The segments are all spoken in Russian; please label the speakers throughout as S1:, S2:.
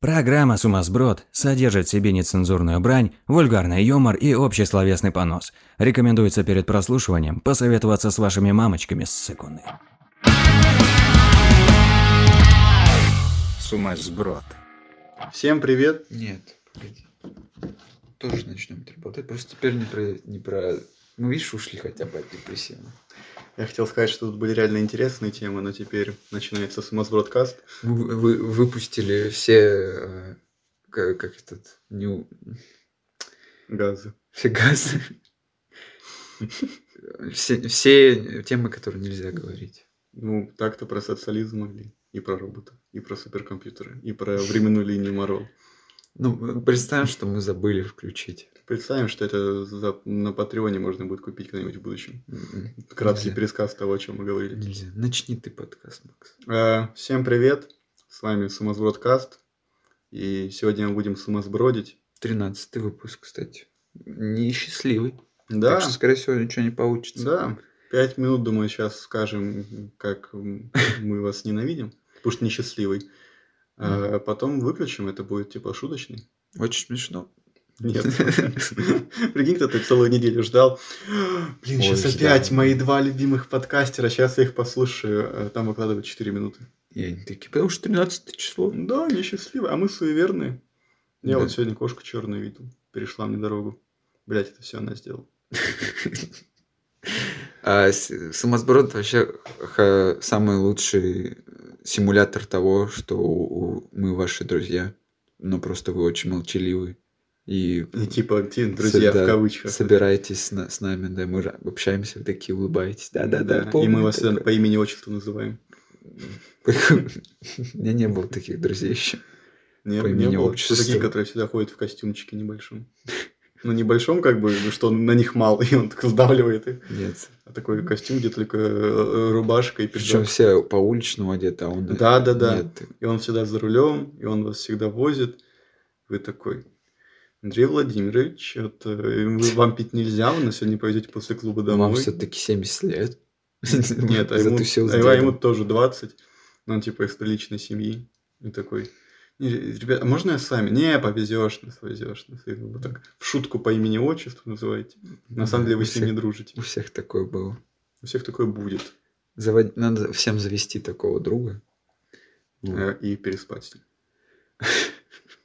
S1: Программа «Сумасброд» содержит в себе нецензурную брань, вульгарный юмор и общий словесный понос. Рекомендуется перед прослушиванием посоветоваться с вашими мамочками с секунды.
S2: Сумасброд.
S3: Всем привет.
S4: Нет, погоди. Тоже начнем работать. Просто теперь не про, не про... Мы, видишь, ушли хотя бы от депрессивно.
S3: Я хотел сказать, что тут были реально интересные темы, но теперь начинается сумасбродкаст.
S4: Вы, вы- выпустили все... э, Как, как этот... Не, у-
S3: Газы.
S4: все газы. Все, все темы, которые нельзя говорить.
S3: Ну, так-то про социализм могли. И про роботов, и про суперкомпьютеры, и про временную линию Моро.
S4: Ну, представим, что мы забыли включить.
S3: Представим, что это за- на Патреоне можно будет купить когда-нибудь в будущем.
S4: М-м,
S3: Краткий
S4: Нельзя.
S3: пересказ того, о чем мы говорили.
S4: Нельзя. Начни ты подкаст, Макс.
S3: Э, всем привет. С вами Сумасбродкаст. И сегодня мы будем сумасбродить.
S4: Тринадцатый выпуск, кстати. Несчастливый.
S3: Да,
S4: Так что, скорее всего, ничего не получится.
S3: да. Пять минут, думаю, сейчас скажем, как м, мы вас ненавидим. Потому что несчастливый. А потом выключим, это будет типа шуточный.
S4: Очень смешно.
S3: Нет. Прикинь, кто-то целую неделю ждал. Блин,
S4: Ой,
S3: сейчас
S4: ждал.
S3: опять мои два любимых подкастера. Сейчас я их послушаю. а Там выкладывают 4 минуты.
S4: И они такие, потому что 13 число.
S3: Да, они счастливы, а мы суеверные. Я
S4: Да.
S3: вот сегодня кошку черную видел. Перешла мне дорогу. Блять, это все она сделала.
S4: А с- самосброд вообще ха- самый лучший симулятор того, что у- у- мы ваши друзья, но просто вы очень молчаливы и
S3: И типа, те друзья
S4: Да.
S3: в кавычках.
S4: собираетесь с, на- с нами, да, мы же общаемся, вы такие улыбаетесь, да-да-да.
S3: И мы
S4: помню
S3: вас всегда
S4: такое».
S3: по имени-отчеству называем.
S4: У меня не было таких друзей еще.
S3: Не,
S4: По
S3: не было.
S4: имени-отчеству.
S3: Такие, которые всегда ходят в костюмчике небольшом. Ну, небольшом, как бы, что на них мало, и он так сдавливает их.
S4: Нет.
S3: А такой костюм, где только э, рубашка и пиджак.
S4: Причем все по уличному одеты, а он...
S3: Да-да-да.
S4: Нет.
S3: И он всегда за рулем, и он вас всегда возит. Вы такой, Андрей Владимирович, это, э, вы- вам пить нельзя, вы нас сегодня повезете после клуба домой.
S4: Вам все-таки 70 лет.
S3: Нет, а ему,
S4: Затусил с
S3: а ему
S4: дедом.
S3: тоже 20, но он типа из столичной семьи. И такой, «Не, ребят, а можно я с вами? Не, повезешь нас, повезешь нас. И вы вот так в шутку по имени-отчеству называете. На самом деле вы
S4: У
S3: с ним не
S4: всех-
S3: дружите.
S4: У всех такое было.
S3: У всех такое будет.
S4: Завод- Надо всем завести такого друга. Ну,
S3: Э, И переспать с ним.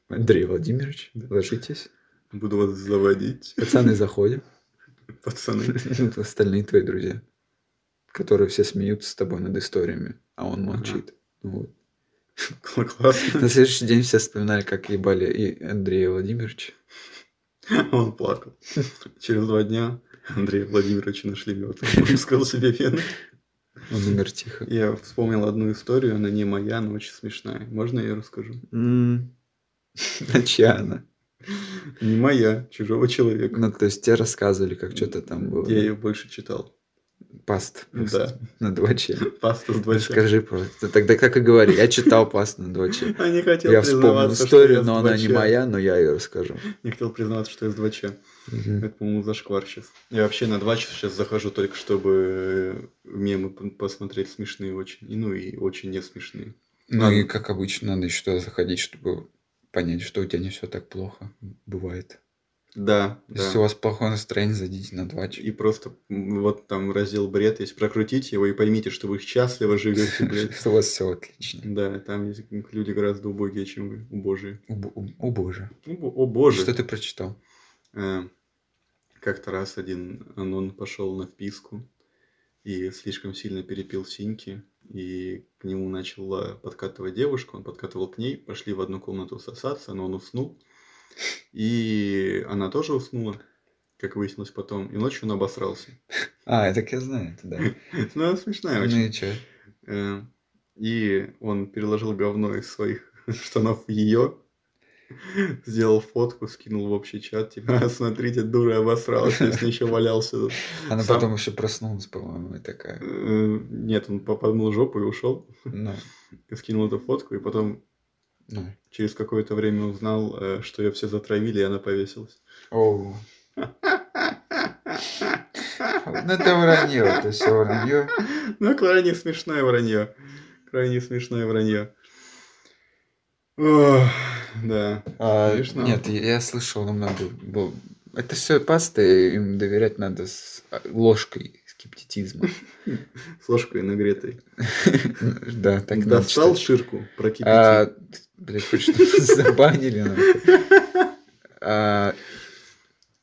S4: Андрей Владимирович,
S3: Да.
S4: ложитесь.
S3: Буду вас заводить,
S4: Пацаны, заходим.
S3: пацаны.
S4: Ну, Остальные твои друзья, которые все смеются с тобой над историями, а он
S3: Ага.
S4: молчит. Ну вот.
S3: Классно.
S4: На следующий день все вспоминали, как ебали и Андрея Владимировича.
S3: Он плакал. Через два дня Андрея Владимировича нашли мертвым. Он вскрыл себе вены.
S4: Он умер тихо.
S3: Я вспомнил одну историю, она не моя, но очень смешная. Можно я её расскажу?
S4: М. А чья она?
S3: Не моя, чужого человека.
S4: Ну, то есть тебе рассказывали, как что-то там было.
S3: Я ее больше читал.
S4: Паст.
S3: Да.
S4: На 2Ч.
S3: Паста с двойча.
S4: Расскажи просто. Тогда как и говори, я читал паст на 2Ч.
S3: Я А не хотел
S4: Я вспомнил
S3: признаваться, что я
S4: историю,
S3: с
S4: но она не
S3: 2Ч.
S4: моя, но я ее расскажу.
S3: Не хотел признаваться, что я с двача. Это, по-моему, зашквар сейчас. Я вообще на два часа сейчас захожу только, чтобы э, мемы п- посмотреть смешные очень. И, Ну и очень не смешные.
S4: Ну
S3: Ладно.
S4: и как обычно, надо еще туда заходить, чтобы понять, что у тебя не все так плохо. Бывает.
S3: Да, да.
S4: Если у вас плохое настроение, зайдите на 2Ч.
S3: И просто м, вот там раздел бред есть. Прокрутите его и поймите, что вы счастливо живете, блядь.
S4: Что у вас все отлично.
S3: Да, там есть люди гораздо убогие, чем вы, убожие.
S4: О, бо- о боже.
S3: Ну, бо- О боже.
S4: Что ты прочитал?
S3: Э, Как-то раз один Анон пошел на вписку и слишком сильно перепил синьки, и к нему начала подкатывать девушка, он подкатывал к ней, пошли в одну комнату сосаться, но он уснул, и она тоже уснула, как выяснилось потом, и ночью он обосрался.
S4: А, это так я знаю, это да.
S3: Ну, она смешная
S4: Ну
S3: очень.
S4: и чё?
S3: Э, И он переложил говно из своих штанов в ее, сделал фотку, скинул в общий чат, типа, «А, смотрите, дура обосралась, если еще валялся. тут».
S4: Она
S3: Сам-
S4: потом еще проснулась, по-моему, и такая.
S3: Э, Нет, он по- помыл жопу и ушел,
S4: Ну,
S3: скинул эту фотку, и потом
S4: ну.
S3: через какое-то время узнал, э, что ее все затравили, и она повесилась.
S4: Оу. Ну это вранье, это все вранье.
S3: Ну, крайне смешное вранье. Крайне смешное вранье. Ох, Да.
S4: А,
S3: Конечно.
S4: Нет, я, я слышал намного. бо- Это все паста, им доверять надо с а, ложкой скептицизма.
S3: С ложкой нагретой.
S4: Да, так надо
S3: Достал
S4: читать.
S3: ширку, прокипятил.
S4: А, т- Блядь, хоть что-то забанили. нахуй. А,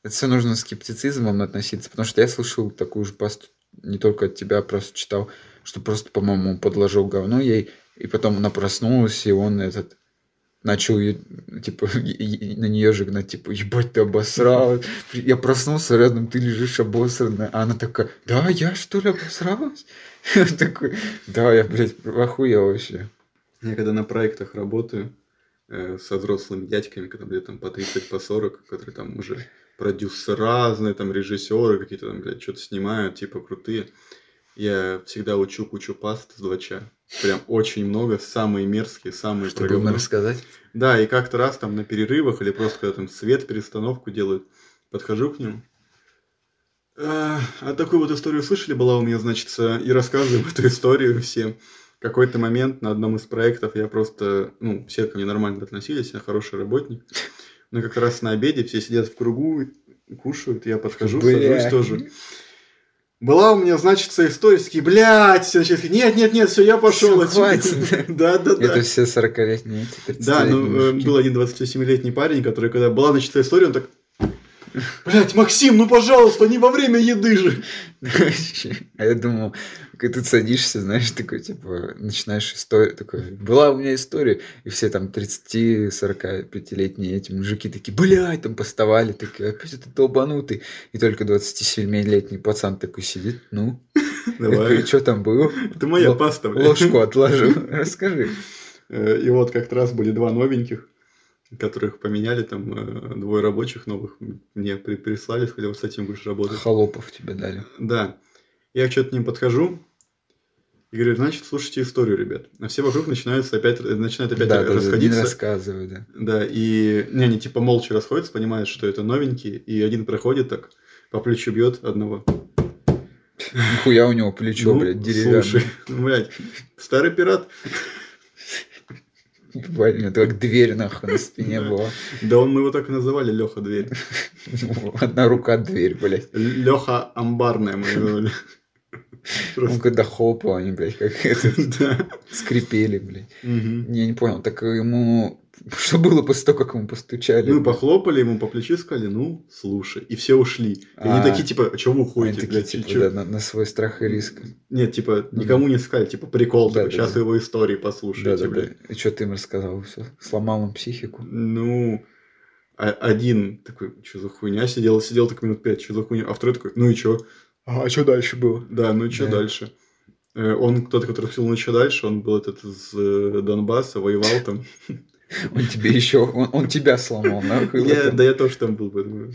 S4: Это все нужно с скептицизмом относиться, потому что я слышал такую же пасту не только от тебя, а просто читал, что просто, по-моему, он подложил говно ей, и потом она проснулась, и он этот начал ее, типа, е- е- на нее же гнать, типа, ебать, ты обосралась. Я проснулся рядом, ты лежишь обосранная. А она такая, да, я что ли обосралась? Я такой, да, я, блядь, охуел вообще.
S3: Я когда на проектах работаю э, со взрослыми дядьками, когда мне там по 30, по 40, которые там уже продюсера, разные там режиссеры какие-то там, блядь, что-то снимают, типа крутые. Я всегда учу кучу паст с двача. Прям очень много, самые мерзкие, самые
S4: Чтобы
S3: про
S4: им
S3: говно.
S4: рассказать.
S3: Да, и как-то раз там на перерывах или просто когда там свет перестановку делают, подхожу к ним. «Э, А такую вот историю слышали была у меня, значит, э, и рассказываю эту историю всем. В какой-то момент на одном из проектов я просто, ну, все ко мне нормально относились, я хороший работник. Но как раз на обеде все сидят в кругу, и кушают, я подхожу,
S4: Бля.
S3: сажусь тоже. Была у меня, значит, история, такие, блядь, все начинают, говорить, нет, нет, нет, все, я пошел.
S4: Всё, хватит.
S3: Да, да, да.
S4: Это все 40-летние, эти 30
S3: Да, ну, э, был один 27-летний парень, который, когда была начата история, он так... Блять, Максим, ну пожалуйста, не во время еды же.
S4: А я думал, когда ты садишься, знаешь, такой, типа, начинаешь историю, такой, была у меня история, и все там 30-45-летние эти мужики такие, блядь, там поставали, такие, опять это долбанутый. И только 27-летний пацан такой сидит, ну,
S3: Давай.
S4: что там было?
S3: Это моя
S4: Л-
S3: паста, блядь.
S4: Ложку отложу, расскажи.
S3: Э, И вот как раз были два новеньких, которых поменяли, там э, двое рабочих новых мне при- прислали, сказали, вот с этим будешь работать.
S4: Холопов тебе дали.
S3: Да. Я что-то к ним подхожу и говорю, значит, слушайте историю, ребят. А все вокруг начинают опять, начинают опять
S4: Да, да, да, не
S3: расходиться.
S4: рассказывай, да.
S3: Да, и не, они типа молча расходятся, понимают, что это новенькие, и один проходит так, по плечу бьет одного.
S4: Нихуя у него плечо,
S3: Ну,
S4: блядь, деревянное.
S3: Слушай, ну, блядь, старый пират.
S4: Ебать, у меня как дверь нахуй на спине
S3: Да.
S4: была.
S3: Да он мы его так и называли, Леха Дверь.
S4: Ну, Одна рука дверь, блядь.
S3: Леха Амбарная мы его называли.
S4: Он
S3: Просто,
S4: когда хлопал, они, блядь, как это,
S3: да.
S4: скрипели, блядь.
S3: Мгм.
S4: Я не понял, так ему... Что было после того, как ему постучали?
S3: Мы похлопали ему по плечу и сказали, ну, слушай. И все ушли. И
S4: А.
S3: они такие, типа, а чего вы
S4: Они
S3: уходите,
S4: такие,
S3: блядь?
S4: типа,
S3: и чё?»
S4: да, на, на свой страх и риск.
S3: Нет, типа,
S4: Ну,
S3: никому не сказали, типа, прикол,
S4: Да, да,
S3: сейчас
S4: да.
S3: его истории
S4: Да,
S3: послушаете,
S4: да, да.
S3: блядь.
S4: И что ты им рассказал? Все. Сломал им психику.
S3: Ну, а- один такой, что за хуйня, сидел, сидел так минут пять, что за хуйня, а второй такой, ну и чё?
S4: А, что дальше было?
S3: Да, ну и чё
S4: Да.
S3: дальше? Э, Он, кто-то, который спросил, ну и чё дальше, он был этот из э, Донбасса, воевал там.
S4: Он тебе еще... Он, он тебя сломал, нахуй. в
S3: Я,
S4: этом.
S3: да я тоже там был, поэтому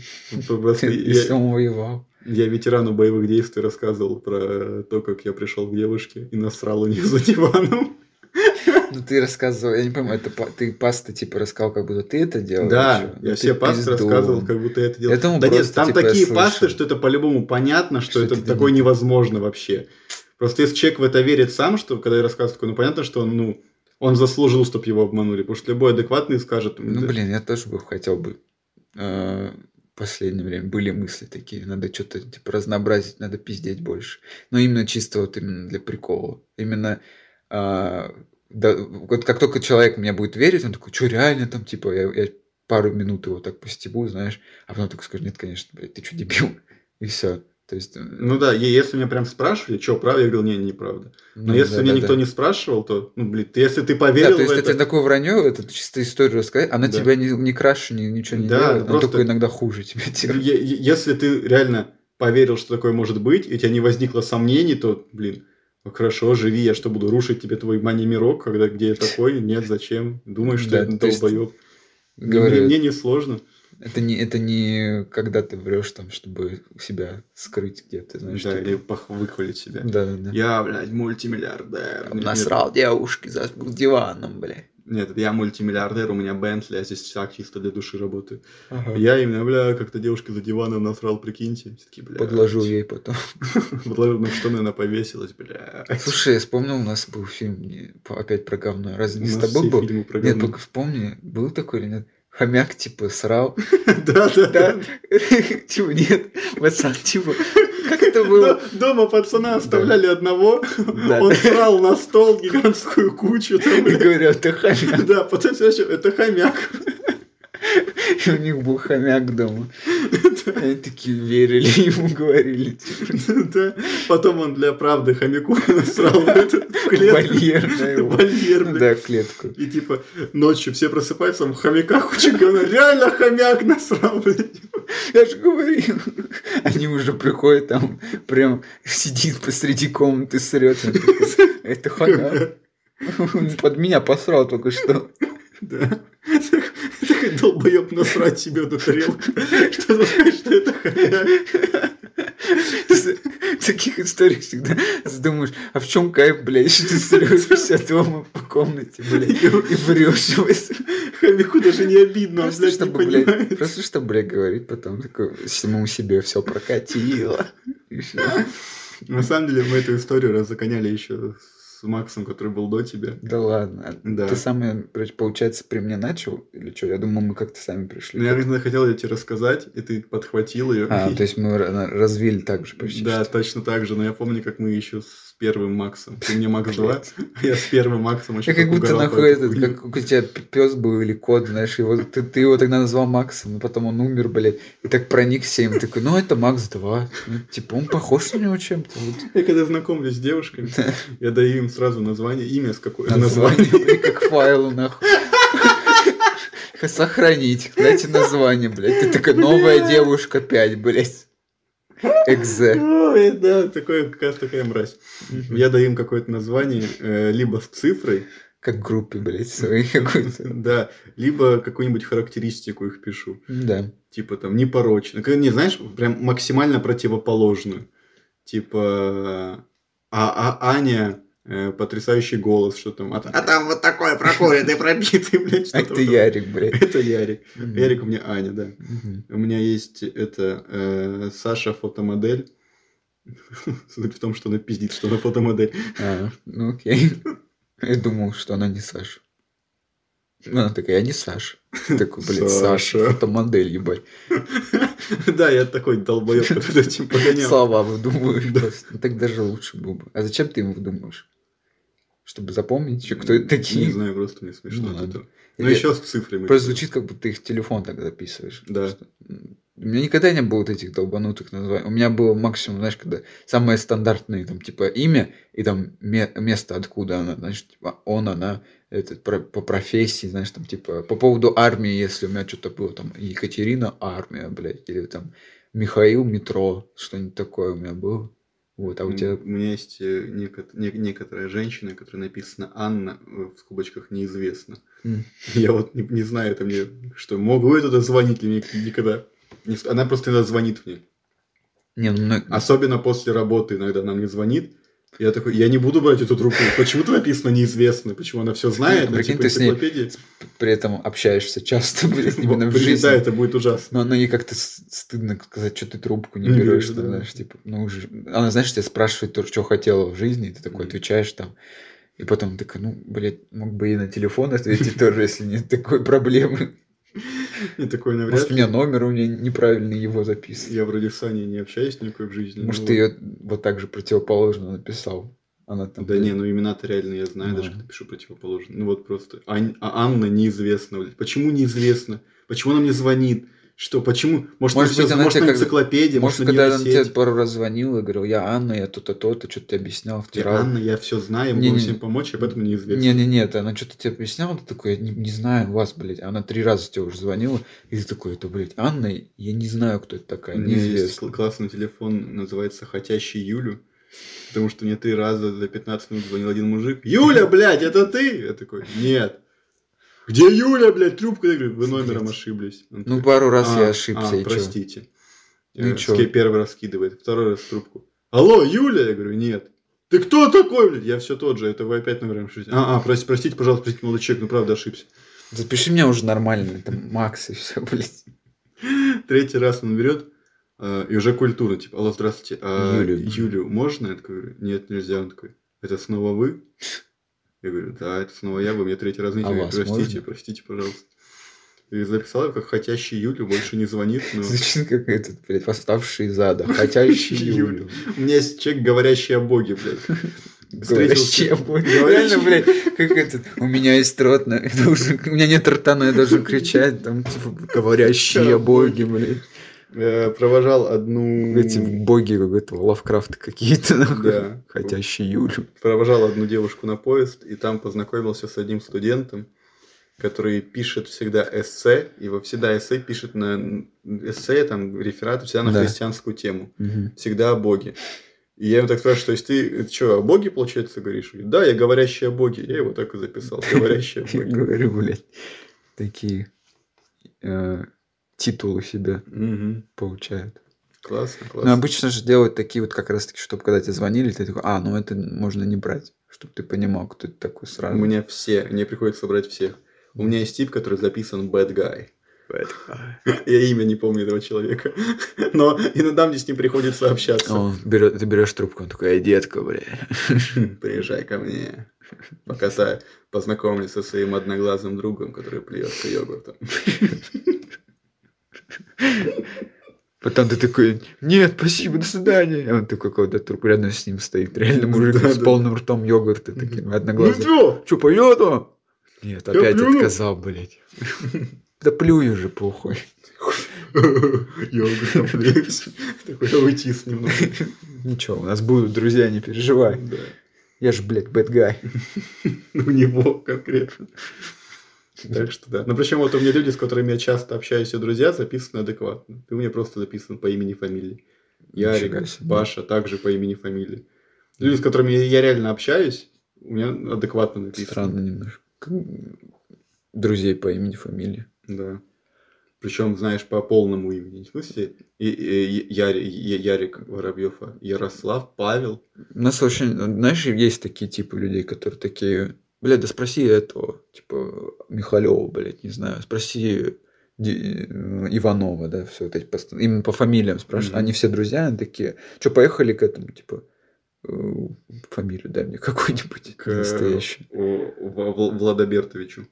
S3: просто
S4: Если
S3: я
S4: он воевал.
S3: я ветерану боевых действий рассказывал про то, как я пришел к девушке и насрал у нее за диваном.
S4: Ну ты рассказывал, я не понимаю, это па- ты пасты типа рассказал, как будто ты это делал. Ну,
S3: Да, я все пасты рассказывал,
S4: как
S3: как будто я это
S4: Я
S3: делал.
S4: думал,
S3: Да нет,
S4: просто,
S3: там
S4: типа, я
S3: такие
S4: слышал.
S3: пасты, что это по-любому понятно, что
S4: Что
S3: это
S4: это
S3: такое
S4: не-
S3: невозможно вообще. Просто если человек в это верит сам, что когда я рассказываю такое, ну понятно, что он, ну, он заслужил, чтобы его обманули. Потому что любой адекватный скажет...
S4: Ну,
S3: «Да,
S4: блин, я тоже бы хотел бы. э, В последнее время были мысли такие, надо что-то типа разнообразить, надо пиздеть больше. Но именно чисто вот именно для прикола. Именно а, да, вот как только человек мне будет верить, он такой, что реально там, типа, я, я пару минут его так постебу, знаешь, а потом такой скажет, нет, конечно, блядь, ты что, дебил? И все. То есть, э,
S3: Ну да, е- если меня прям спрашивали, что, правда, я говорил, не, неправда. Но ну,
S4: Ну,
S3: если меня никто не спрашивал, то, ну, блин, ты- если ты
S4: верил
S3: поверил
S4: то есть
S3: в
S4: это...
S3: это...
S4: такое вранье, это чисто историю рассказать, она
S3: Да.
S4: тебя не, не краше, ни- ничего не
S3: Да,
S4: делает, она
S3: просто-
S4: только иногда хуже типа тебя делает.
S3: Е- е- Если ты реально поверил, что такое может быть, и у тебя не возникло сомнений, то, блин, ну хорошо, живи, я что, буду рушить тебе твой мани-мирок, когда где я такой? Нет, зачем? Думаешь, что
S4: Да, ну,
S3: я
S4: то есть,
S3: долбоеб?
S4: Говорю,
S3: Мне, мне не сложно.
S4: Это не, это не когда ты врешь там, чтобы себя скрыть где-то, знаешь.
S3: да,
S4: типа.
S3: или пох- выхвалить себя.
S4: да, да, да. А
S3: Я, блядь, мультимиллиардер. Нет, нет.
S4: Насрал девушки за диваном, бля.
S3: Нет, я мультимиллиардер, у меня Бентли, а здесь так чисто для души работаю.
S4: Ага.
S3: Я именно, бля, как-то девушке за диваном насрал, прикиньте. Все такие, бля.
S4: Подложил ей потом.
S3: Подложил, на что, наверное, повесилась, бля.
S4: Слушай, я вспомнил, у нас был фильм не, по- опять про говно. Разве
S3: У
S4: не с
S3: нас
S4: тобой
S3: все
S4: был?
S3: фильмы про
S4: Нет,
S3: говно.
S4: только вспомни, был такой или нет? Хомяк, типа, срал.
S3: Да, да,
S4: Да?
S3: да.
S4: Типа, нет, пацан, типа, как это было?
S3: Д- Дома пацана
S4: Да.
S3: оставляли одного,
S4: Да.
S3: он срал на стол гигантскую кучу. там,
S4: И
S3: бля.
S4: говорят, ты хомяк.
S3: Да, потом все это хомяк.
S4: И у них был хомяк дома. Они такие верили ему, говорили. типа,
S3: Да. Потом он для правды хомяку срал в этот в клетку.
S4: Вольер, да, его.
S3: Вольер,
S4: Ну
S3: бля.
S4: Да, клетку.
S3: И типа ночью все просыпаются, там хомяка куча говна. Реально хомяк насрал, блядь.
S4: Я же говорил. Они уже приходят там, прям сидит посреди комнаты, срет. Он такой, Это хомяк. Он под меня посрал только что.
S3: Да. Такой долбоеб насрать себе на тарелку. Что за что это хомяк?
S4: С- В таких историях всегда задумаешь, а в чем кайф, блядь, что ты срешься дома по комнате, блядь, и врешь.
S3: Хомяку даже не обидно, он,
S4: Просто
S3: Ну, а, блядь, не
S4: чтобы, блядь,
S3: понимает.
S4: просто чтобы, блядь, говорить потом, такой, самому себе все прокатило. И всё.
S3: На самом деле мы эту историю разогоняли еще с Максом, который был до тебя.
S4: Да ладно.
S3: Да.
S4: Ты сам, э, получается, при мне начал? Или что? Я думал, мы как-то сами
S3: Ну,
S4: пришли.
S3: Я наверное, хотел ее тебе рассказать, и ты подхватил ее.
S4: А, то есть мы ра- развили так же почти.
S3: Да,
S4: что.
S3: точно так же, но я помню, как мы еще с первым Максом. Ты мне Макс 2,
S4: Блядь.
S3: я с первым Максом очень
S4: Я как будто
S3: угорал по
S4: нахуй
S3: этой
S4: этот,
S3: хуйне.
S4: как у тебя пес был или кот, знаешь, его, ты, ты его тогда назвал Максом, но потом он умер, блядь, и так проникся им, такой, ну это Макс 2, ну, типа он похож на него чем-то. вот».
S3: Я когда знакомлюсь с девушками, я даю им сразу название, имя с какой
S4: А название, блядь, как файлу, нахуй. Сохранить, дайте название, блядь, ты такая новая
S3: Блядь.
S4: девушка 5, блядь. Экзе.
S3: Ой, да, такое, какая такая мразь. Я даю им какое-то название, э, либо с цифрой,
S4: Как группе, блядь, своей какой-то.
S3: да, либо какую-нибудь характеристику их пишу.
S4: Да.
S3: Типа там непорочно. Как- Не, знаешь, прям максимально противоположную. Типа а, а Аня э, потрясающий голос, что там. А, та- а там вот такой прокуренный, пробитый, блядь, что
S4: А
S3: там
S4: ты
S3: было.
S4: Ярик, блядь.
S3: Это Ярик.
S4: Мгм.
S3: Ярик у меня Аня, да.
S4: Мгм.
S3: У меня есть это э, Саша фотомодель. Суть в том, что она пиздит, что она фотомодель.
S4: А, ну окей. Я думал, что она не Саша. Ну, она такая, я не Саша. Ты такой, блядь, Саша,
S3: Саша.
S4: фотомодель, ебать.
S3: Да, я такой долбоеб, который этим погонял.
S4: Слова выдумываешь
S3: ну, Да.
S4: просто. Ну, так даже лучше было бы. А зачем ты им выдумываешь? Чтобы запомнить, что- кто это
S3: Не
S4: такие?
S3: знаю, просто мне смешно
S4: Ну
S3: от
S4: ладно.
S3: этого. Ну
S4: Или
S3: еще с цифрами.
S4: Просто звучит, как будто ты их телефон так записываешь.
S3: Да.
S4: Что- М, У меня никогда не было вот этих долбанутых названий. У меня было максимум, знаешь, когда самые стандартные, там, типа, имя и там ме- место, откуда она, знаешь, типа, он, она, этот, про- по профессии, знаешь, там, типа, по поводу армии, если у меня что-то было, там, Екатерина, армия, блядь, или там Михаил, метро, что-нибудь такое у меня было. Вот, а у
S3: М,
S4: тебя...
S3: У меня есть э, неко- не- некоторая женщина, которая написана Анна, э, в скобочках неизвестно.
S4: М.
S3: Я вот не, не знаю, это мне что, могу я туда звонить или мне никогда. не с- Она просто иногда звонит мне.
S4: Не, ну, мно-
S3: Особенно после работы иногда она мне звонит. Я такой, я не буду брать эту трубку. Почему-то написано неизвестно? Почему она все знает? На
S4: Прикинь,
S3: типа
S4: ты с ней
S3: энциклопедии.
S4: при этом общаешься часто, блядь, именно в
S3: Блин,
S4: жизни.
S3: Да, это будет ужасно.
S4: Но она ей как-то с- стыдно сказать, что ты трубку не
S3: Не
S4: берешь,
S3: берешь,
S4: там,
S3: да.
S4: знаешь, типа, ну уже. Она, знаешь, тебя спрашивает то, что хотела в жизни, и ты такой
S3: Мгм.
S4: отвечаешь там. И потом такая, ну, блядь, мог бы и на телефон ответить тоже, если нет такой проблемы.
S3: И такое
S4: Может,
S3: навряд
S4: у
S3: ли.
S4: меня номер, у меня неправильно его записан.
S3: Я вроде с Аней не общаюсь никакой в жизни. ну,
S4: Может,
S3: но-
S4: ты ее вот так же противоположно написал. Она там.
S3: Да не, ну имена-то реально я знаю,
S4: Ну
S3: даже
S4: ладно.
S3: когда пишу противоположно. Ну вот просто. Ань- а Анна неизвестна, блядь. Почему неизвестно? Почему она мне звонит? Что, почему? Может,
S4: Может
S3: может,
S4: быть, она
S3: может
S4: тебе
S3: на
S4: как-
S3: энциклопедии, может,
S4: Может,
S3: на
S4: когда она тебе
S3: нейросети.
S4: пару раз звонила и говорил, я Анна, я то-то, то-то, что-то тебе объяснял,
S3: Ты,
S4: втирал.
S3: Анна, я все знаю,
S4: Не-не.
S3: могу всем помочь, а поэтому неизвестно.
S4: Не, не, нет, она что-то тебе объясняла, ты такой, я не, не знаю вас, блядь. Она три раза тебе уже звонила, и ты такой, это, блядь, Анна, я не знаю, кто это такая,
S3: У меня есть
S4: неизвестно.
S3: кл- классный телефон, называется «Хотящий Юлю». Потому что мне три раза за 15 минут звонил один мужик. «Юля, блядь, это ты?» Я такой, «Нет». «Где Юля, блядь, трубку?» Я говорю, «Вы номером
S4: Блядь.
S3: ошиблись». Он
S4: Ну, пару раз
S3: А,
S4: я ошибся,
S3: а,
S4: и чё?
S3: простите.
S4: Ну и
S3: Э,
S4: чё?
S3: ски- Первый раз скидывает, второй раз трубку. Алло, Юля? Я говорю, нет. Ты кто такой, блядь? Я все тот же, это вы опять наверное, шутите. А, а, прости, простите, пожалуйста, простите, молодой человек, ну правда ошибся.
S4: Запиши меня уже нормально, там Макс и все, блядь.
S3: Третий раз он берет, э, и уже культура, типа, алло, здравствуйте, а
S4: Юлю.
S3: Юлю можно? Я такой, говорю, нет, нельзя. Он такой, это снова вы? Я говорю, да, это снова я, вы мне третий раз
S4: А
S3: звоните, Я говорю,
S4: вас
S3: простите,
S4: можно?
S3: простите, пожалуйста. И записал, как хотящий Юлю больше не звонит, но...
S4: Звучит как этот, блядь, восставший из ада, хотящий
S3: Юлю.
S4: Юлю.
S3: У меня есть человек, говорящий о боге, блядь. Встретился.
S4: Говорящий о Боге.
S3: Говорящий.
S4: Ну, Реально, блядь, как этот, у меня есть рот, но я должен- у меня нет рта, но я должен кричать, там, типа, говорящие о Боге, блядь.
S3: Э, Провожал одну...
S4: Эти боги какого-то Лавкрафта какие-то, нахуй.
S3: Да.
S4: Хотящие Юлю.
S3: провожал одну девушку на поезд, и там познакомился с одним студентом, который пишет всегда эссе, и во- всегда эссе пишет на эссе, там, рефераты, всегда на
S4: Да.
S3: христианскую тему, всегда о Боге. И я ему так спрашиваю, то есть ты что, о Боге, получается, говоришь? Он говорит, Да, я говорящий о Боге. Я его так и записал, говорящий о
S4: Я
S3: Боге.
S4: говорю, блядь, такие э, титулы себе
S3: Мгм.
S4: получают.
S3: Классно,
S4: Ну,
S3: классно.
S4: обычно же делают такие вот как раз таки, чтобы когда тебе звонили, ты такой, а, ну это можно не брать, чтобы ты понимал, кто это такой
S3: У
S4: сразу.
S3: меня все, мне приходится брать всех. У меня есть тип, который записан bad guy. Я имя не помню этого человека. Но иногда мне с ним приходится общаться.
S4: А Он берет, ты берешь трубку, он такой, ай, детка, бля.
S3: Приезжай ко мне. Пока ты познакомлюсь со своим одноглазым другом, который плюется йогуртом.
S4: Потом ты такой, нет, спасибо, до свидания. А он такой, когда трубку рядом с ним стоит, реально мужик
S3: Да, Ну,
S4: с
S3: да.
S4: полным ртом йогурта, таким, одноглазым.
S3: чё?
S4: Че, поеду? Нет,
S3: Я
S4: опять
S3: плюну.
S4: отказал, блядь. Да плюй уже, похуй.
S3: Йогуртом плююсь. Такой аутист немного.
S4: Ничего, у нас будут друзья, не переживай.
S3: Да.
S4: Я же, блядь, бэтгай.
S3: У него конкретно. Так что да. Ну причем вот у меня люди, с которыми я часто общаюсь и друзья, записаны адекватно. Ты у меня просто записан по имени и фамилии.
S4: Нифига
S3: Ярик,
S4: себе.
S3: Паша также по имени и фамилии. Люди, с которыми я реально общаюсь, у меня адекватно написано.
S4: Странно немножко. Как Друзей по имени, фамилии.
S3: Да. Причем, знаешь, по полному имени. Не В смысле, и, и- и- Яри- и- Ярик Воробьев, а Ярослав, Павел.
S4: У нас очень, знаешь, есть такие типы людей, которые такие, блядь, да спроси этого, типа, Михалева, блядь, не знаю, спроси Ди- э, Иванова, да, все вот эти пост- именно по фамилиям спрашивают,
S3: Мгм.
S4: они все друзья, они такие, что, поехали к этому, типа, э, фамилию дай мне какую-нибудь
S3: К, э,
S4: настоящую.
S3: О, Ва- Вл- Владобертовичу.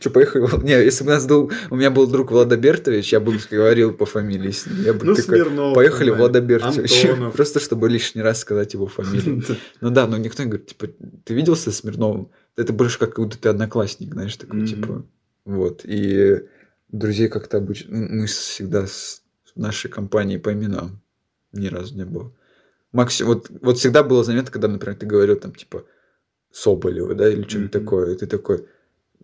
S4: Че, поехали? Не, если бы у нас был, у меня был друг Владобертович, я бы говорил по фамилии с ним. Я бы такой,
S3: Ну, Смирнов.
S4: поехали
S3: понимаешь,
S4: Владобертович.
S3: Антонов.
S4: Просто чтобы лишний раз сказать его фамилию. Ну да, но никто не говорит, типа, ты виделся с Смирновым? Это больше как будто ты одноклассник, знаешь, такой,
S3: Мгм.
S4: типа, вот. И друзей как-то обычно... ну, Мы всегда с нашей компанией по именам ни разу не было. Максим, вот, вот всегда было заметно, когда, например, ты говорил там, типа, Соболева, да, или что-то
S3: Мгм.
S4: такое, и ты такой,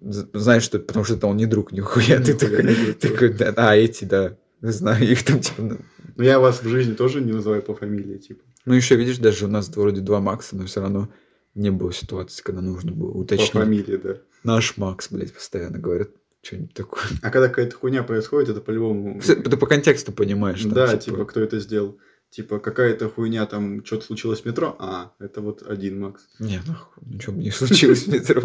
S4: з- знаешь, что это, потому что это он не друг нихуя,
S3: Нихуя
S4: ты
S3: не
S4: такой,
S3: друг.
S4: такой, да, а, эти, да, знаю их там, типа, ну,
S3: Но я вас в жизни тоже не называю по фамилии, типа.
S4: ну, еще видишь, даже у нас вроде два Макса, но все равно не было ситуации, когда нужно было
S3: По
S4: уточнить.
S3: фамилии, да.
S4: Наш Макс, блядь, постоянно говорят что-нибудь такое.
S3: А когда какая-то хуйня происходит, это по-любому...
S4: Кстати, Ты по контексту понимаешь. там,
S3: Да, типа, кто это сделал. Типа, какая-то хуйня, там, что-то случилось в метро. А, это вот один Макс.
S4: Не, нахуй, ничего бы не случилось в метро.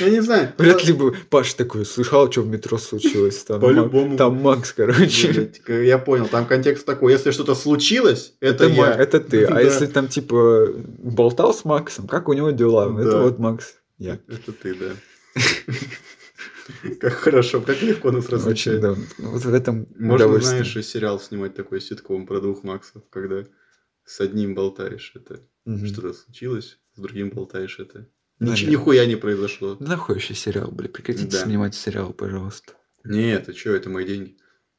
S3: Я не знаю.
S4: Вряд ли бы Паш такой слышал, что в метро случилось. Там Мак-
S3: По-любому.
S4: Там Макс, короче.
S3: Блядь, Я понял, там контекст такой. Если что-то случилось, это,
S4: Это, Ма-
S3: я. Ну
S4: это ты.
S3: Да.
S4: А если там, типа, болтал с Максом, как у него дела? Это
S3: Да.
S4: вот Макс. Я. Ну,
S3: Это ты, да. Как хорошо, как легко нас
S4: Очень,
S3: различать.
S4: да. Вот в этом
S3: Можно,
S4: удовольствие.
S3: знаешь, и сериал снимать такой ситком про двух Максов, когда с одним болтаешь, это
S4: Мгм.
S3: что-то случилось, с другим болтаешь, это
S4: Наверное.
S3: нич- нихуя не произошло.
S4: Да Нахуй вообще сериал, блядь, прекратите
S3: Да.
S4: снимать сериал, пожалуйста.
S3: Нет, а что, это мои деньги.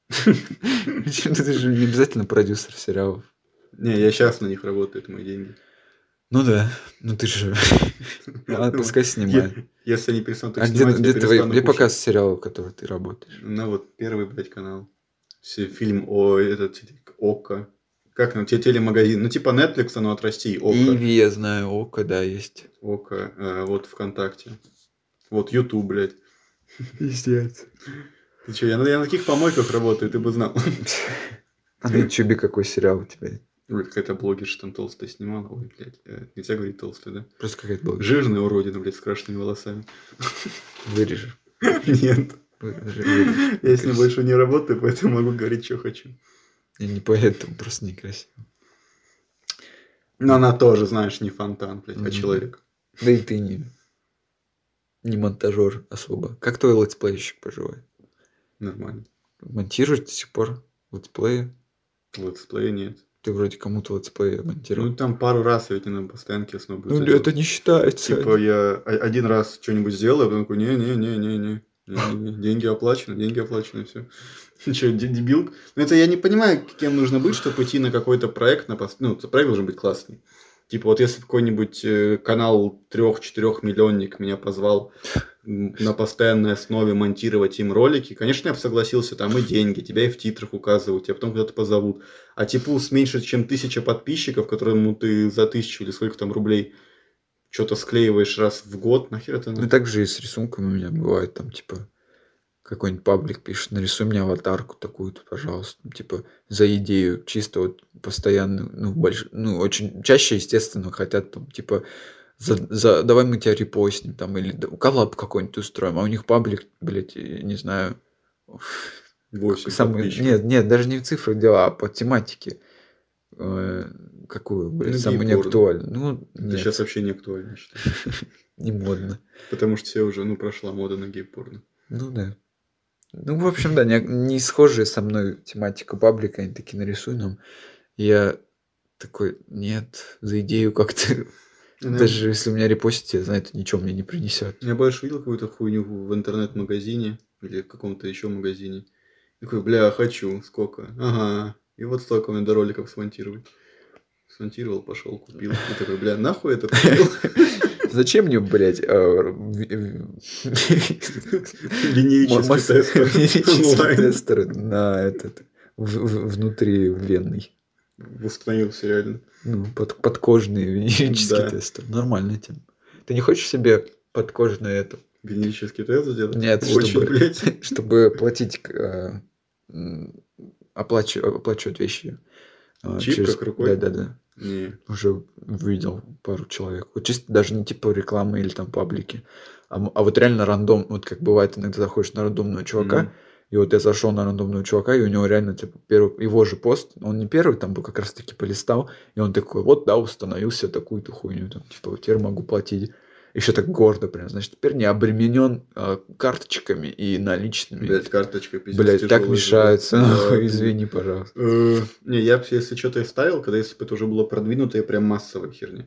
S4: Причем Ты же не обязательно продюсер сериалов.
S3: Не, я сейчас на них работаю, это мои деньги.
S4: Ну да, ну ты же... А, пускай снимает.
S3: Е- Если они перестанут их
S4: А где,
S3: снимать, я
S4: где твои-
S3: перестану
S4: где
S3: кушать.
S4: показ сериала, в котором ты работаешь?
S3: На вот первый, блядь, канал. Все, фильм о этот Ока. Как ну, те телемагазин. Ну, типа Netflix, но от России Ока.
S4: Иви, я знаю, Око, да, есть.
S3: Ока. э, вот ВКонтакте. Вот YouTube, блядь.
S4: Пиздец.
S3: Ты че, я, на- я на таких помойках работаю, ты бы знал.
S4: А на Ютубе какой сериал у тебя?
S3: Ой, какая-то блогерша там толстая снимала. Ой, блядь, э, нельзя говорить толстая, да?
S4: Просто какая-то была.
S3: Жирная уродина, блядь, с крашенными волосами.
S4: Вырежешь.
S3: Нет.
S4: Вырежешь, вырежешь.
S3: Я с ней
S4: Красиво.
S3: больше не работаю, поэтому могу говорить, что хочу.
S4: Я не поэтому, просто некрасиво.
S3: Но она тоже, знаешь, не фонтан, блядь, а
S4: Мгм.
S3: человек.
S4: Да и ты не, не монтажер особо. Как твой летсплейщик поживает?
S3: Нормально.
S4: Монтируешь до сих пор летсплеи?
S3: Летсплея нет.
S4: Ты вроде кому-то летсплеи
S3: Ну,
S4: монтировал.
S3: там пару раз я ведь на постоянке основу
S4: Ну, это не считается.
S3: Типа я о- один раз что-нибудь сделаю, а потом такой, не-не-не-не-не. не-не-не, Деньги оплачены, деньги оплачены, все. Че, дебил? Ну, это я не понимаю, кем нужно быть, чтобы идти на какой-то проект. На пост... Ну, проект должен быть классный. Типа, вот если бы какой-нибудь э, канал 3-4 миллионник меня позвал м, на постоянной основе монтировать им ролики, конечно, я бы согласился, там и деньги, тебя и в титрах указывают, тебя потом куда-то позовут. А типу с меньше, чем тысяча подписчиков, которому ты за тысячу или сколько там рублей что-то склеиваешь раз в год, нахер это
S4: Ну,
S3: надо?
S4: так же и с рисунками у меня бывает, там, типа, какой-нибудь паблик пишет, нарисуй мне аватарку такую-то, пожалуйста, Ну, типа, за идею, чисто вот постоянно, ну, больш... ну, очень чаще, естественно, хотят, там, типа, за... за- давай мы тебя репостнем, там, или да- коллаб какой-нибудь устроим, а у них паблик, блядь, я не знаю,
S3: Восемь
S4: самый...
S3: подписчиков.
S4: нет, нет, даже не в цифрах дела, а по тематике, Э, какую, блядь,
S3: Ну,
S4: самую
S3: гей-порно.
S4: неактуальную, ну,
S3: Это
S4: нет,
S3: сейчас вообще не актуально, что ли.
S4: не модно.
S3: потому что все уже, ну, прошла мода на гей-порно.
S4: Ну да. Ну, в общем, да, не, не схожие со мной тематика паблика, они такие нарисуй нам. Я такой, нет, за идею как-то.
S3: Ну,
S4: Даже если у меня репостят, я знаю, это ничего мне не принесет.
S3: Я больше видел какую-то хуйню в в интернет-магазине или в каком-то еще магазине. Такой, бля, хочу, сколько? Ага. И вот столько мне до роликов смонтировать. Смонтировал, пошел, купил. И такой, бля, нахуй это купил?
S4: Зачем мне, блядь, э, в-
S3: Линейческий
S4: мас-
S3: тест
S4: лирический
S3: онлайн.
S4: тестер на этот в- в- внутривенный.
S3: Восстановился реально.
S4: Ну, под, подкожный венерический
S3: Да.
S4: тестер. Нормальная тема. Ты не хочешь себе подкожную эту
S3: Линейческий тест сделать?
S4: Нет,
S3: Очень,
S4: чтобы,
S3: блядь.
S4: чтобы платить, э, м, оплачи- оплачивать вещи. э,
S3: Чип как рукой?
S4: Да-да-да.
S3: Не.
S4: Уже видел пару человек. Вот чисто даже не типа рекламы или там паблики. А, м- а вот реально рандом, вот как бывает, иногда заходишь на рандомного чувака,
S3: М.
S4: и вот я зашел на рандомного чувака, и у него реально, типа, первый, его же пост, он не первый, там был как раз-таки полистал, и он такой, вот, да, установил себе такую-то хуйню, там, типа, вот теперь могу платить. Еще так гордо прям, значит, теперь не обременен а, карточками и наличными.
S3: ну, Блядь, карточка пиздец.
S4: Блядь, так
S3: тяжелая,
S4: мешается.
S3: блядь.
S4: нахуй,
S3: Да.
S4: Извини, пожалуйста.
S3: Э, Не, я бы, если что-то и ставил, когда если бы это уже было продвинутое, прям массовая херня.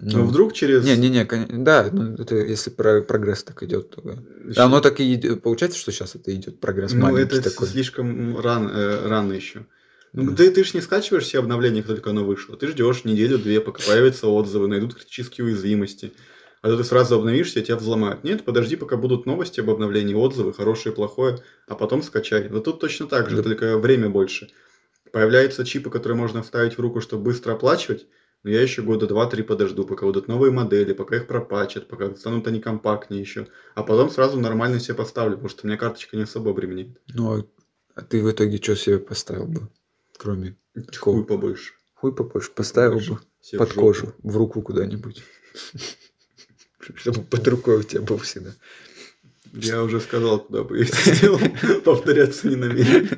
S4: Ну,
S3: Но вдруг через...
S4: Не-не-не, кон- да, ну, это если про- прогресс так идет, то... да. Да, Оно так и идет. Получается, что сейчас это идет прогресс
S3: Ну,
S4: маленький
S3: это с-
S4: такой.
S3: слишком рано, э, рано еще. Ну,
S4: Да.
S3: ты, ты ж не скачиваешь все обновления, как только оно вышло. Ты ждешь неделю-две, пока появятся отзывы, найдут критические уязвимости. А то ты сразу обновишься, и тебя взломают. Нет, подожди, пока будут новости об обновлении, отзывы, хорошие, плохое, а потом скачай. Но тут точно так же,
S4: Да.
S3: только время больше. Появляются чипы, которые можно вставить в руку, чтобы быстро оплачивать, но я еще года два-три подожду, пока будут новые модели, пока их пропачат, пока станут они компактнее еще. А потом сразу нормально себе поставлю, потому что у меня карточка не особо обременит.
S4: Ну, а- а ты в итоге что себе поставил бы? Кроме
S3: Хуй побольше.
S4: хуй побольше поставил
S3: побольше.
S4: бы
S3: Себе в
S4: под
S3: жопу.
S4: кожу, в руку куда-нибудь. Чтобы под рукой у тебя был всегда.
S3: Я уже сказал, куда бы я это сделал. Повторяться не намерен.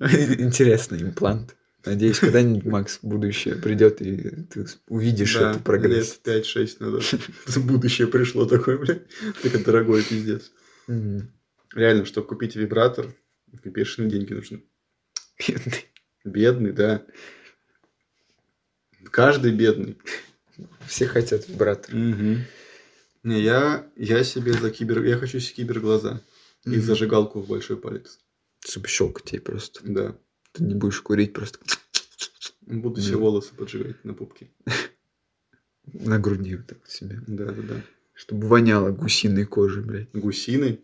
S4: Интересный имплант. Надеюсь, когда-нибудь Макс в будущее придет и ты увидишь
S3: Да,
S4: этот прогресс.
S3: Лет 5-6 назад. В Будущее пришло такое, блядь. Такой дорогой пиздец.
S4: Мгм.
S3: Реально, чтобы купить вибратор, бешеные деньги нужны.
S4: Бедный.
S3: Бедный, да. Каждый бедный.
S4: Все хотят брат.
S3: Не, я, я себе за кибер... Я хочу себе киберглаза. И
S4: Мгм.
S3: зажигалку в большой палец.
S4: Чтобы щелкать тебе просто.
S3: Да.
S4: Ты не будешь курить просто.
S3: Буду себе
S4: Мгм.
S3: волосы поджигать на пупке.
S4: На груди вот так вот себе.
S3: Да, да, да.
S4: Чтобы воняло гусиной кожей, блядь.
S3: Гусиной.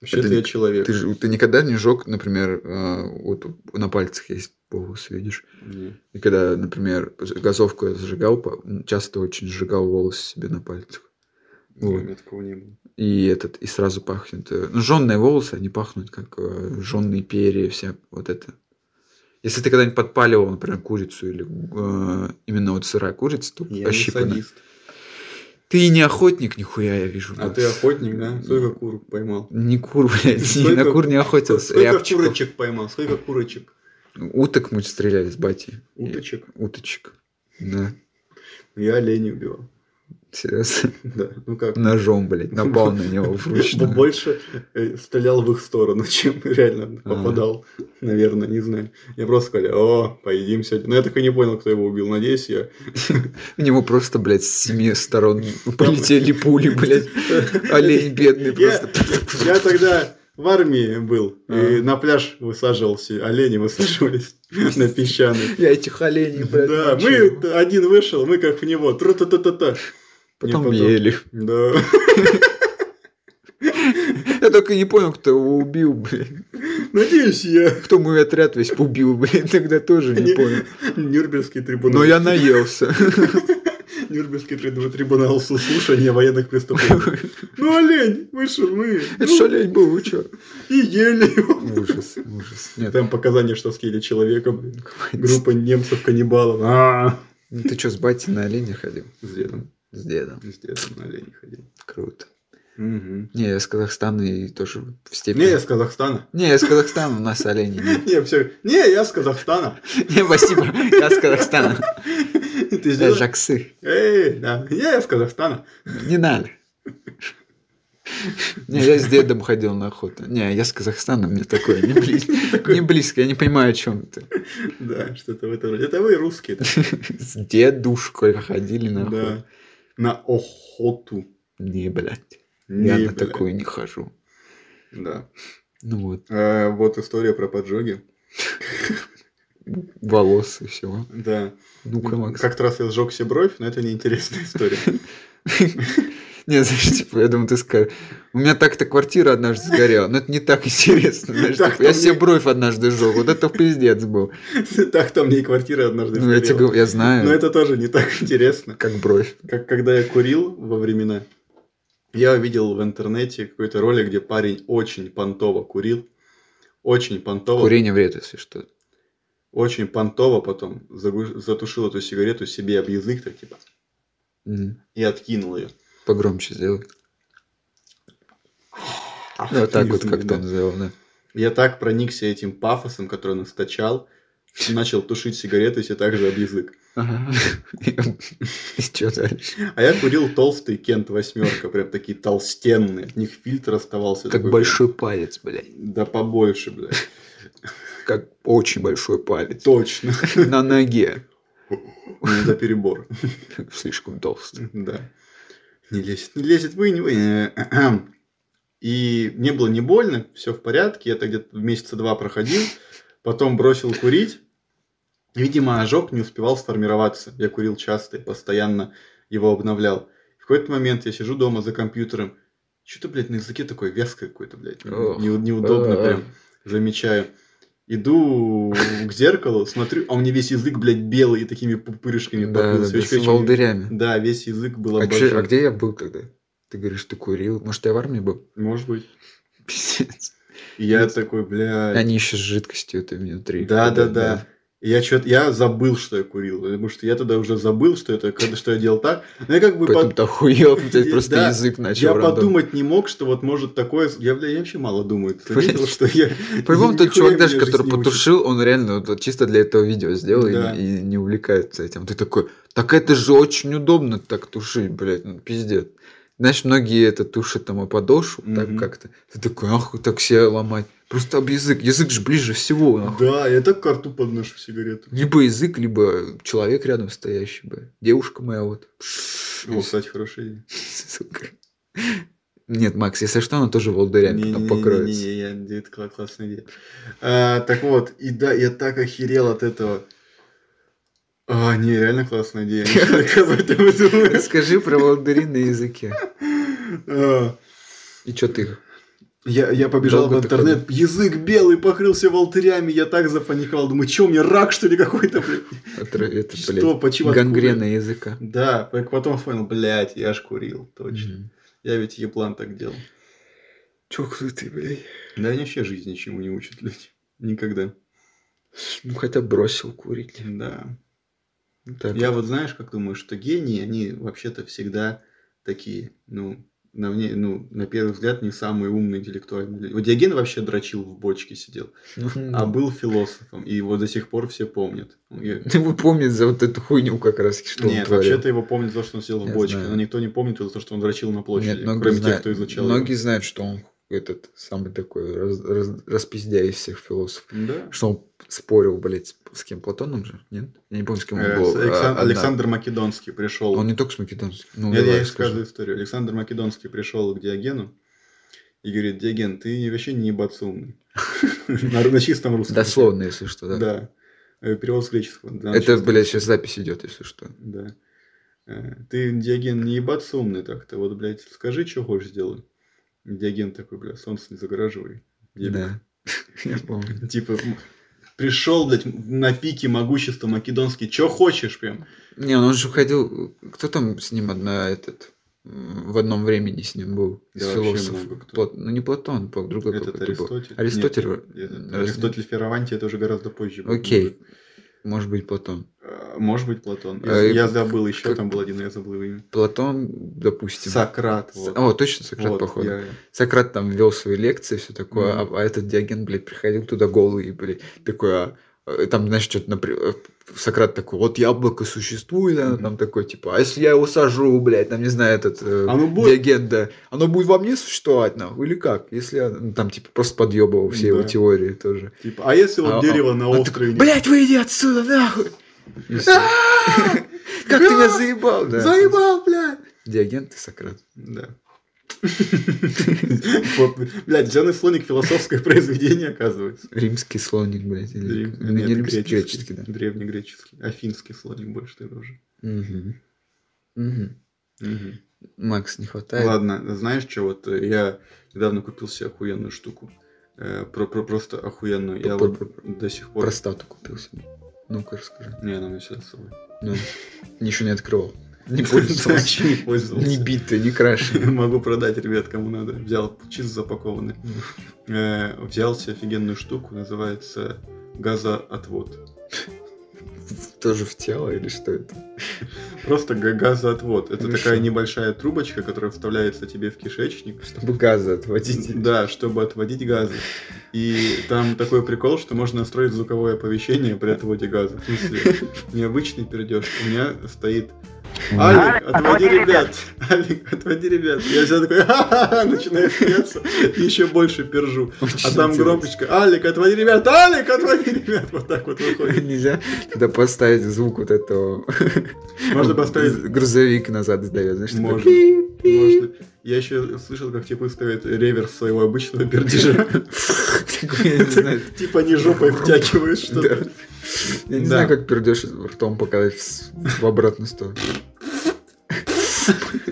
S3: Вообще-то
S4: Это
S3: я человек.
S4: Ты, же, ты никогда не жег, например, э, вот на пальцах есть волос, видишь?
S3: Не.
S4: И когда, например, газовку я зажигал, по- м, часто очень сжигал волосы себе на пальцах.
S3: Не, у
S4: Вот.
S3: меня такого не было.
S4: И этот, и сразу э, пахнет. э, Ну, жженные волосы, они пахнут как жженные перья, вся вот это. Если ты когда-нибудь подпаливал, например, курицу или э, именно вот сырая курица, то
S3: Я не
S4: ощипанная.
S3: садист.
S4: Ты и не охотник, нихуя, я вижу.
S3: А
S4: блядь.
S3: ты охотник, да? Сколько кур поймал?
S4: Не кур, блядь, ни
S3: Сколько-
S4: на кур не охотился.
S3: Сколько
S4: рябчиков.
S3: курочек поймал? Сколько курочек?
S4: Уток мы стреляли с батей.
S3: Уточек?
S4: И- Уточек. Да,
S3: Я оленей убивал.
S4: серьезно.
S3: Да, ну как?
S4: Ножом, блядь, напал на него
S3: Б-
S4: вручную.
S3: Больше э, стрелял в их сторону, чем реально
S4: А.
S3: попадал. Наверное, не знаю. Я просто сказал, о, поедим сегодня. Но я так и не понял, кто его убил. Надеюсь, я...
S4: В него просто, блядь, с семи сторон полетели пули, блядь. Олень бедный
S3: Я-
S4: просто.
S3: Я тогда в армии был. И
S4: А.
S3: на пляж высаживался. Олени высаживались на песчаный.
S4: Я этих оленей, блядь.
S3: Да,
S4: мочил.
S3: мы один вышел, мы как в него. Тру-та-та-та-та. Не
S4: Потом ели.
S3: Да.
S4: Я только не понял, кто его убил, блядь.
S3: Надеюсь, я.
S4: Кто мой отряд весь убил, блядь, тогда тоже не
S3: Не.
S4: понял.
S3: Нюрнбергский трибунал.
S4: Но я наелся.
S3: Нюрнбергский трибу- трибунал слушания военных преступлений. Ну, олень, вышел мы.
S4: Это
S3: Ну,
S4: ж олень был, вы чё?
S3: И ели его.
S4: Ужас, ужас. Нет,
S3: Там показания, что съели человека. блин. Группа немцев-каннибалов. А,
S4: Ну, ты что, с батей на оленя ходил?
S3: С дедом.
S4: С дедом.
S3: С дедом на олене ходил.
S4: Круто.
S3: Мгм.
S4: Не, я с Казахстана и тоже в
S3: Не, я
S4: степени.
S3: с Казахстана.
S4: Не, я с Казахстана, у нас олени нет.
S3: Не, все. Не, я с Казахстана.
S4: Не, спасибо, я с Казахстана.
S3: Ты
S4: Я
S3: сделал?
S4: жаксы.
S3: Эй, да. Не, я с Казахстана.
S4: Не надо. Не, я с дедом ходил на охоту. Не, я с Казахстана, мне такое не близко. Не близко, я не понимаю, о чем ты.
S3: Да, что-то в этом роде. Это вы русские. так,
S4: С дедушкой ходили на охоту.
S3: Да. На охоту.
S4: Не, блядь.
S3: Не,
S4: Я на
S3: бля.
S4: такое не хожу.
S3: Да.
S4: Ну вот,
S3: А, вот история про поджоги.
S4: волос и всего.
S3: Да.
S4: Ну-ка, Макс.
S3: Как-то раз я сжег себе бровь, но это неинтересная история.
S4: Не, знаешь, типа, я думаю, ты скажешь. У меня так-то квартира однажды сгорела, но это не так интересно. знаешь,
S3: Так-то
S4: типа, я
S3: мне-
S4: себе бровь однажды сжег, вот это пиздец был.
S3: Так там мне и квартира однажды
S4: Ну, я тебе
S3: сгорела.
S4: говорю, я
S3: Но
S4: знаю,
S3: это тоже не так интересно.
S4: как бровь.
S3: Как когда я курил во времена, я видел в интернете какой-то ролик, где парень очень понтово курил. Очень понтово.
S4: Курение вред, если что.
S3: Очень понтово потом загу- затушил эту сигарету себе об язык так типа
S4: М,
S3: и откинул ее.
S4: Погромче сделай. Ну, вот так вот как там сделал, да.
S3: Я так проникся этим пафосом, который он источал, что начал тушить сигареты себе также об язык.
S4: Ага. И что дальше?
S3: А я курил толстый Кент восьмерка, прям такие толстенные. От них фильтр оставался.
S4: Как
S3: такой,
S4: большой палец, блядь.
S3: прям, Да побольше, блядь.
S4: Как очень большой палец.
S3: Точно.
S4: На ноге.
S3: За перебор.
S4: Слишком толстый.
S3: Да. Не лезет. Не лезет вы, не вы. Э, И мне было не больно, все в порядке. Я так где-то месяца два проходил. Потом бросил курить. Видимо, ожог не успевал сформироваться. Я курил часто и постоянно его обновлял. В какой-то момент я сижу дома за компьютером. Что-то, блядь, на языке такое вязкое какое-то, блядь.
S4: Ох,
S3: не- неудобно
S4: а.
S3: прям. Замечаю. Иду к зеркалу, смотрю, а у меня весь язык, блядь, белый и такими пупырышками
S4: Да, да,
S3: покрылся.
S4: да,
S3: Вообще
S4: с
S3: очень
S4: волдырями.
S3: да, весь язык был
S4: А,
S3: обожжен.
S4: чё- а где я был тогда? Ты говоришь, ты курил. Может, я в армии был?
S3: Может быть.
S4: Пиздец.
S3: И я
S4: Нет.
S3: такой, бля...
S4: Они еще с жидкостью это внутри.
S3: Да, да, да. И Я что-то, я забыл, что я курил, потому что я тогда уже забыл, что это, когда- что я делал так. Но я как бы
S4: Поэтому
S3: под-
S4: ты охуел, блядь,
S3: Я-
S4: просто
S3: да,
S4: язык начал.
S3: я
S4: рандом.
S3: подумать не мог, что вот может такое. Я, бля, я вообще мало думаю. Ты
S4: Блядь.
S3: заметил, что я.
S4: По-любому тот
S3: Нихуя
S4: чувак
S3: меня
S4: даже,
S3: жизнь
S4: который
S3: не учит.
S4: потушил, он реально вот чисто для этого видео сделал и-
S3: Да.
S4: и, не увлекается этим. Ты такой, так это же очень удобно так тушить, блядь, ну пиздец. Знаешь, многие это тушат там о подошву, так
S3: Мгм.
S4: как-то. Ты такой, ах, так себя ломать. Просто об язык. Язык же ближе всего. нахуй.
S3: Да, я так карту подношу сигарету.
S4: Либо язык, либо человек рядом стоящий бы. Девушка моя вот.
S3: О, кстати, хорошая идея.
S4: Сука. Нет, Макс, если что, она тоже волдырями потом покроется.
S3: Не-не-не, я- это кла- классная идея. А, так вот, и да, я так охерел от этого. А, не, реально классная идея. Я не знаю, как об этом думать.
S4: Расскажи про волдыри на языке.
S3: А,
S4: И что ты?
S3: Я, я побежал
S4: Долго
S3: в
S4: ты
S3: интернет, язык белый покрылся волдырями, я так запаниковал, думаю, что у меня рак что ли какой-то, блядь?
S4: Отра- Это,
S3: Что,
S4: блядь,
S3: почему? откуда?
S4: гангрена языка.
S3: Да, так потом понял, блядь, я ж курил, точно.
S4: Мгм.
S3: Я ведь еблан так делал.
S4: Чокнутый, блядь.
S3: Да они вообще жизнь ничему не учат люди. Никогда.
S4: Ну, хотя бы бросил курить.
S3: Да.
S4: Ну, Так.
S3: Я вот знаешь, как думаю, что гении, они вообще-то всегда такие, ну, на, вне- ну, на первый взгляд, не самые умные интеллектуальные люди. Вот Диоген вообще дрочил в бочке сидел,
S4: ну,
S3: а был философом, и его до сих пор все помнят. Ну, я-
S4: Его помнят за вот эту хуйню как раз, что он
S3: Нет, а
S4: творил.
S3: вообще-то его помнят за то, что он сидел в
S4: Я
S3: бочке,
S4: знаю.
S3: но никто не помнит за то, что он дрочил на площади,
S4: Нет, многие,
S3: кроме
S4: знают,
S3: тех, кто изучал его.
S4: многие знают, что он этот самый такой раз, раз- распиздяй из всех философов.
S3: Да.
S4: Что он спорил, блядь, с кем? Платоном же? Нет? Я не помню, с кем он
S3: Э,
S4: был.
S3: с- Александ-
S4: а,
S3: Александр Македонский пришел.
S4: да. Он не только с Македонским. Ну,
S3: Я,
S4: давай,
S3: я
S4: скажи.
S3: рассказываю историю. Александр Македонский пришел к Диогену и говорит, Диоген, ты вообще не ебаться умный. На на чистом русском.
S4: Дословно, если что, да.
S3: Да. Э, Перевод с греческого. да, на
S4: Это,
S3: чистом.
S4: блядь, сейчас запись идет, если что.
S3: Да. Э, Ты, Диоген, не ебаться умный так-то. Вот, блядь, скажи, что хочешь сделай. Диоген такой, бля, солнце не загораживай. дебил».
S4: Да. Я помню.
S3: Типа, м, пришел, блядь, м, на пике могущества македонский. Че хочешь прям?
S4: Не, ну он же ходил... Кто там с ним одна этот... м, В одном времени с ним был. Из
S3: Да вообще
S4: философов.
S3: много кто.
S4: Плат- Ну, не Платон, по- другой
S3: Этот
S4: какой-то был.
S3: Аристотель.
S4: Аристотель
S3: Нет,
S4: в-
S3: нет,
S4: разве-
S3: Аристотель Ферраванти, это уже гораздо позже. был.
S4: Окей. Может быть, Платон.
S3: Э, Может быть, Платон.
S4: А,
S3: Я-
S4: и
S3: Я забыл еще,
S4: как-
S3: там был один, я забыл его имя.
S4: Платон, допустим.
S3: Сократ.
S4: С-
S3: вот.
S4: О, точно Сократ,
S3: Вот,
S4: походу.
S3: я-
S4: Сократ там вел свои лекции, все такое,
S3: Мгм.
S4: а, а этот Диоген, блядь, приходил туда голый, блядь, такой, а, э, там, знаешь, что-то, например, Сократ такой, вот яблоко существует, оно
S3: Мгм.
S4: там такой, типа, а если я его сажу, блядь, там, не знаю, этот э,
S3: Оно будет.
S4: Диоген, да, оно будет во мне существовать, нахуй, или как? Если я, ну, там, типа, просто подъебывал все его
S3: Да.
S4: теории тоже.
S3: Типа, а если
S4: А,
S3: вот
S4: а,
S3: дерево на
S4: Он такой,
S3: острове... не-
S4: блядь, выйди отсюда, нахуй! И всё. Как ты меня заебал, да?
S3: Заебал, бля!
S4: Диоген, ты Сократ.
S3: Да. Вот, Блядь, зеленый слоник философское произведение, оказывается.
S4: Римский слоник, блядь. Или...
S3: Древ-
S4: или не
S3: нет,
S4: римский, греческий, да.
S3: Древнегреческий. Афинский слоник больше ты уже.
S4: Мгм. Мгм. Макс, не хватает.
S3: Ладно, знаешь что, вот э, я недавно купил себе охуенную штуку. Э, про- про- Просто охуенную. Я вот
S4: Пр-пр-пр.
S3: до сих пор...
S4: Простату купил себе. Ну-ка, расскажи.
S3: Не, она у меня всегда с собой.
S4: Ну, ничего не открывал. Не
S3: Да,
S4: пользовался.
S3: вообще не
S4: Не
S3: пользовался.
S4: битый, не крашеный.
S3: Могу продать, ребят, кому надо. Взял чисто запакованный. Э, Взял себе офигенную штуку, называется газоотвод.
S4: Тоже в тело или что это?
S3: Просто га- газоотвод. Это
S4: Ну
S3: такая
S4: что?
S3: небольшая трубочка, которая вставляется тебе в кишечник.
S4: Чтобы газы отводить.
S3: Да, чтобы отводить газы. И там такой прикол, что можно настроить звуковое оповещение при отводе газа. В смысле, необычный перейдешь. У меня стоит
S4: А,
S3: Алик, отводи ребят. Алик, отводи ребят. Я всегда такой, «Ха-ха-ха», начинаю смеяться, еще больше пержу.
S4: Очень
S3: А там
S4: интересно.
S3: громочка, Алик, отводи ребят, Алик, отводи ребят. Вот так вот выходит.
S4: Нельзя туда поставить звук вот этого.
S3: Можно поставить...
S4: Грузовик назад сдает, знаешь, такой
S3: Можно.
S4: пи-пи.
S3: Можно. Я еще слышал, как типы ставят реверс своего обычного пердежа.
S4: Такой, я не знаю,
S3: Типа не жопой втягиваешь
S4: Да.
S3: что-то.
S4: Я не
S3: Да.
S4: знаю, как пердешь ртом показать в в обратную сторону.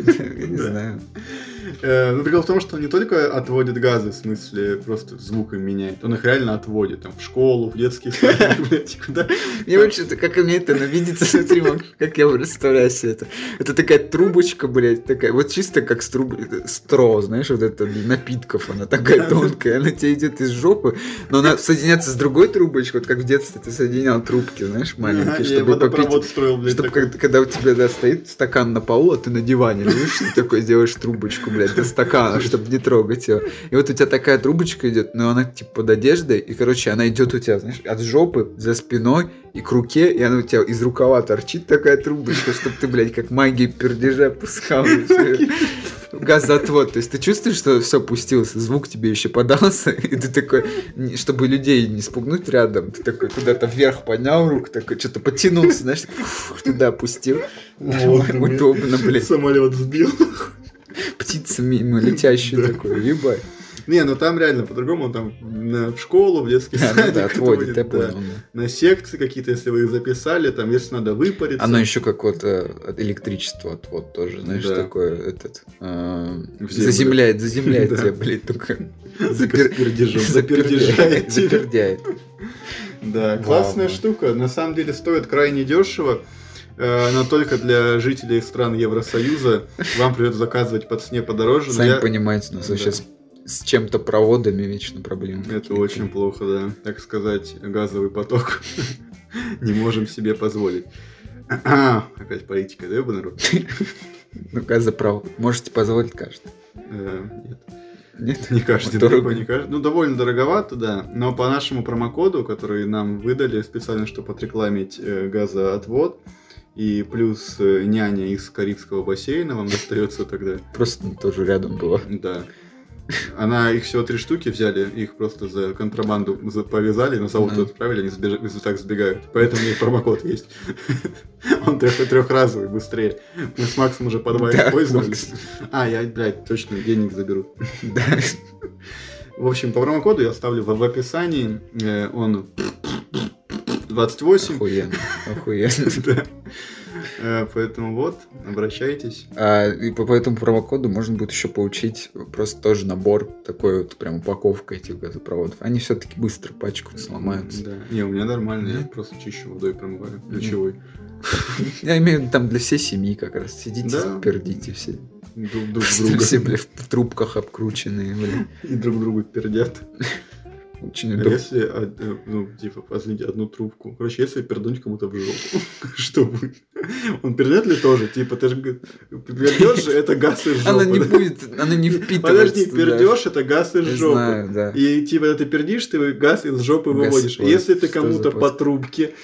S4: Я не
S3: Да.
S4: знаю.
S3: Э, Ну, прикол в том, что он не только отводит газы, в смысле, просто звук им меняет. Он их реально отводит, там, в школу, в детский сад, блядь, куда.
S4: Мне вообще-то, как мне это ну, видится, смотри, Макс, как я представляю себе это. Это такая трубочка, блядь, такая, вот чисто как с труб... стро, знаешь, вот это для напитков, она такая тонкая, она тебе идет из жопы, но она соединяется с другой трубочкой, вот как в детстве ты соединял трубки, знаешь,
S3: Ага,
S4: маленькие,
S3: я
S4: чтобы попить.
S3: водопровод строил, блядь,
S4: Чтобы
S3: такой.
S4: когда, когда у тебя да, стоит стакан на полу, а ты на диване лежишь, ты такой делаешь трубочку, блядь, до стакана, чтобы не трогать его. И вот у тебя такая трубочка идет, но она типа под одеждой, и, короче, она идет у тебя, знаешь, от жопы за спиной и к руке, и она у тебя из рукава торчит такая трубочка, чтобы ты, блядь, как магией пердежа пускал. и всё. Газоотвод. То есть ты чувствуешь, что все пустилось, звук тебе еще подался, и ты такой, не- чтобы людей не спугнуть рядом, ты такой куда-то вверх поднял руку, такой что-то потянулся, знаешь, так, фух, туда опустил.
S3: Вот, блядь.
S4: Удобно, блядь.
S3: Самолет сбил.
S4: Птица мимо летящая
S3: Да.
S4: такой, ебать.
S3: Не, ну там реально по-другому, он там на- в школу, в детский
S4: Да, ну
S3: сад.
S4: да, да, отводит, я понял. да.
S3: На секции какие-то, если вы их записали, там, если надо выпариться.
S4: Оно еще как вот э, от электричества от вот тоже, знаешь,
S3: Да.
S4: такое этот э,
S3: В землю.
S4: заземляет, заземляет
S3: Да.
S4: тебя, блядь, только
S3: Запер- пердежом, запердежает
S4: запердежает,
S3: тебя.
S4: запердяет.
S3: Да,
S4: Вау,
S3: классная
S4: блядь.
S3: штука. На самом деле стоит крайне дешево. Э, Но только для жителей стран Евросоюза вам придется заказывать под сне подороже. но
S4: Сами
S3: я-
S4: понимаете, у нас
S3: Да.
S4: сейчас с чем-то проводами вечно проблемы.
S3: Это очень плохо, да. Так сказать, газовый поток. Не можем себе позволить. Опять политика, да, Бонару?
S4: Ну, газопровод. Можете позволить каждый.
S3: Э, Нет,
S4: Нет?
S3: не каждый.
S4: Вот дорого.
S3: далеко не каждый. Ну, довольно дороговато, да. Но по нашему промокоду, который нам выдали специально, чтобы отрекламить э, газоотвод, и плюс э, няня из Карибского бассейна вам достается тогда.
S4: Просто ну, тоже рядом было.
S3: Да. Она их всего три штуки взяли, их просто за контрабанду за- повязали, на завод
S4: Да.
S3: отправили, они сбеж- и так сбегают. Поэтому у них промокод есть. Он трех- трехразовый, быстрее. Мы с Максом уже по два их
S4: Да,
S3: пользовались. А, я, блядь, точно денег заберут.
S4: Да.
S3: В общем, по промокоду я оставлю в в описании. Э, Он 28.
S4: Охуенно. Охуенно.
S3: Да. Э, Поэтому вот, обращайтесь.
S4: А, и по, по этому промокоду можно будет еще получить просто тоже набор, такой вот прям упаковка этих газопроводов. Они все-таки быстро пачку сломаются.
S3: Да. Не, у меня нормально, я
S4: Нет?
S3: просто чищу водой промываю.
S4: Мгм.
S3: Ключевой.
S4: Я имею в виду там для всей семьи как раз. Сидите,
S3: Да.
S4: пердите все.
S3: Друг друг
S4: Просто
S3: друга.
S4: все, бля, в трубках обкрученные, бля.
S3: И друг друга пердят.
S4: Очень
S3: А
S4: удобно.
S3: если, од- э, ну, типа, позвоните одну трубку. Короче, если пердунь кому-то в жопу, что будет? Он пердет ли тоже? Типа, ты же г- пердешь же, это газ из жопы.
S4: Она не
S3: да?
S4: будет, она не впитывается.
S3: Подожди,
S4: туда.
S3: пердешь, это газ из
S4: Я
S3: жопы.
S4: знаю, да.
S3: И типа, когда ты пердишь, ты газ из жопы
S4: Газ
S3: выводишь.
S4: выводишь.
S3: Если ты
S4: Что
S3: кому-то
S4: за
S3: по
S4: поиск?
S3: трубке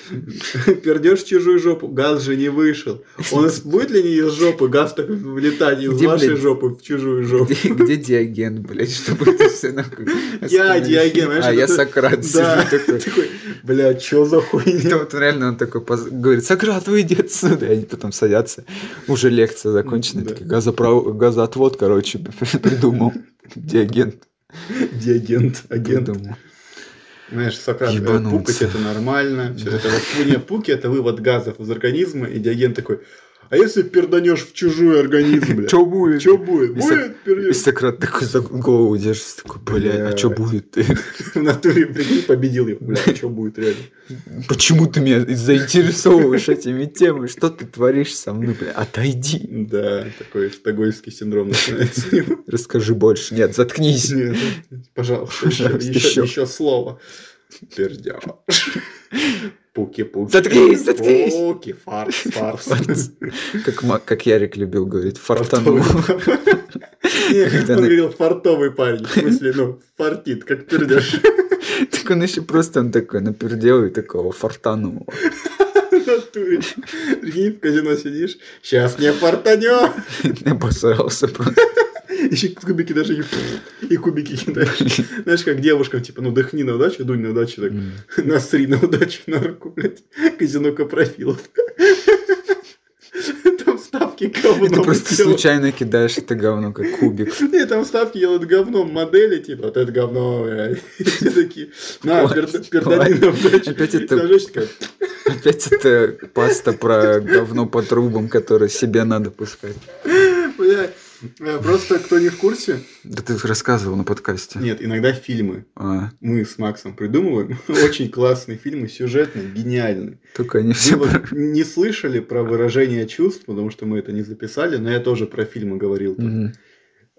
S3: пердешь чужую жопу, газ же не вышел. Он из- будет ли не из жопы, газ так влетать из
S4: Где,
S3: вашей
S4: блядь?
S3: жопы в чужую жопу?
S4: Где, где Диоген, блядь, чтобы это все нахуй
S3: Я
S4: остановить?
S3: Диоген, знаешь,
S4: А
S3: это
S4: я
S3: ты-
S4: Сократ
S3: Да.
S4: сижу такой.
S3: Такой, бля, чё за
S4: И
S3: хуйня?
S4: вот реально он такой поз- говорит, Сократ, выйди отсюда. И они потом садятся. Уже лекция закончена.
S3: Да.
S4: такие, «Газопро- газоотвод, короче, придумал. Диоген
S3: Диагент, агент.
S4: придумал.
S3: Знаешь, Сократ, э,
S4: Ебануться.
S3: пукать это нормально. Всё Это вот пу- не, пуки это вывод газов из организма. И диагент такой, а если перданешь в чужой организм, бля?
S4: Чё будет?
S3: Чё будет?
S4: И Сок-
S3: Будет
S4: И
S3: пердёшь?
S4: Сократ такой за голову держится, такой, блядь, а что
S3: Блядь.
S4: будет?
S3: В натуре, прикинь, победил его. Бля, что будет реально?
S4: Почему ты меня заинтересовываешь этими темами? Что ты творишь со мной, бля? Отойди.
S3: Да, такой стокгольмский синдром начинается.
S4: Расскажи больше. Нет, заткнись.
S3: Нет, Пожалуйста,
S4: Пожалуйста, ещё.
S3: еще слово. Пердя. Пуки-пуки.
S4: Заткнись, заткнись.
S3: Пуки, фарс, фарс.
S4: Фарс. Как, Ма- как Ярик любил говорить, фартанул.
S3: Не,
S4: Когда
S3: Он
S4: на-
S3: говорил, фартовый парень. В смысле, ну, фартит, как пердешь.
S4: Так он еще просто он такой напердел и такого фартанул.
S3: В натуре. Прикинь, в казино сидишь. Сейчас не фартанет.
S4: Я посрался просто.
S3: Еще кубики даже не пф, и кубики кидаешь. Знаешь, как девушкам, типа, ну дыхни на удачу, дунь на удачу, так,
S4: М.
S3: насри на удачу на руку, блядь, казино Капрофилов. Там ставки
S4: И ты
S3: говном
S4: просто
S3: делают.
S4: случайно кидаешь это говно, как кубик.
S3: Нет, там ставки делают говном модели, типа, вот это говно, блядь. И Все такие, на,
S4: Хватит,
S3: перда- пердани на удачу.
S4: Опять это-
S3: И там женщина такая,
S4: Опять это паста про говно по трубам, которое себе надо пускать.
S3: «Бля, э, Просто кто не в курсе.
S4: Да ты рассказывал на подкасте.
S3: Нет, иногда фильмы
S4: А,
S3: мы с Максом придумываем. Очень классные фильмы, сюжетные, гениальные.
S4: только они
S3: Вы
S4: все... про-
S3: вот не слышали про выражение чувств, потому что мы это не записали, но я тоже про фильмы говорил. там.
S4: Мгм.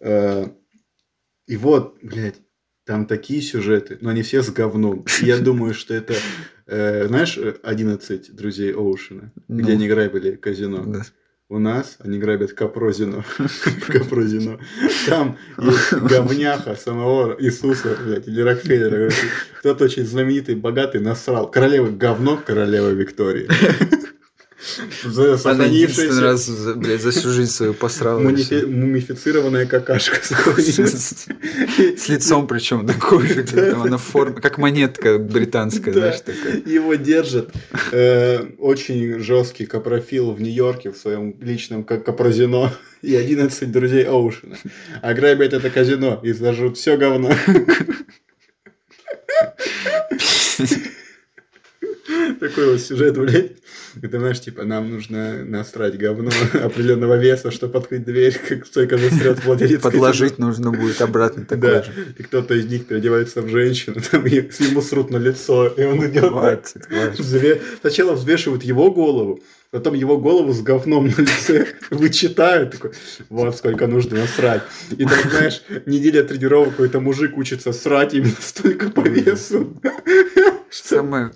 S3: Э, И вот, блядь, там такие сюжеты, но они все с говном. И Я думаю, что это, э, знаешь, э, 11 друзей Оушена, где
S4: Ну.
S3: они грабили казино.
S4: Да.
S3: У нас они грабят Капрозино. Капрозино. Там есть говняха самого Иисуса, блядь, или Рокфеллера. короче. Кто-то очень знаменитый, богатый насрал. Королева говно, королева Виктории. За
S4: Она единственный
S3: сохранившаяся
S4: раз, за, блядь, за всю жизнь свою посрала. и
S3: мунифи-
S4: всё.
S3: мумифицированная какашка. сохранилась.
S4: С с лицом причем такой же, как там она в форме, как монетка британская,
S3: Да.
S4: знаешь, такая.
S3: Его держит э, очень жесткий капрофил в Нью-Йорке в своем личном как капрозино и 11 друзей Оушена. Ограбят это казино и зажрут все говно. Такой вот сюжет, блядь. Это, знаешь, типа, нам нужно насрать говно определенного веса, чтобы открыть дверь, как только застрет владелец.
S4: Подложить нужно будет обратно такое
S3: Да,
S4: же.
S3: и кто-то из них переодевается в женщину, там и с- ему срут на лицо, и он идет.
S4: Хватит, хватит.
S3: Взве- Сначала взвешивают его голову, потом его голову с говном на лице вычитают. Такой, вот сколько нужно насрать. И там, знаешь, неделя тренировок какой-то мужик учится срать именно столько по весу.
S4: Самое,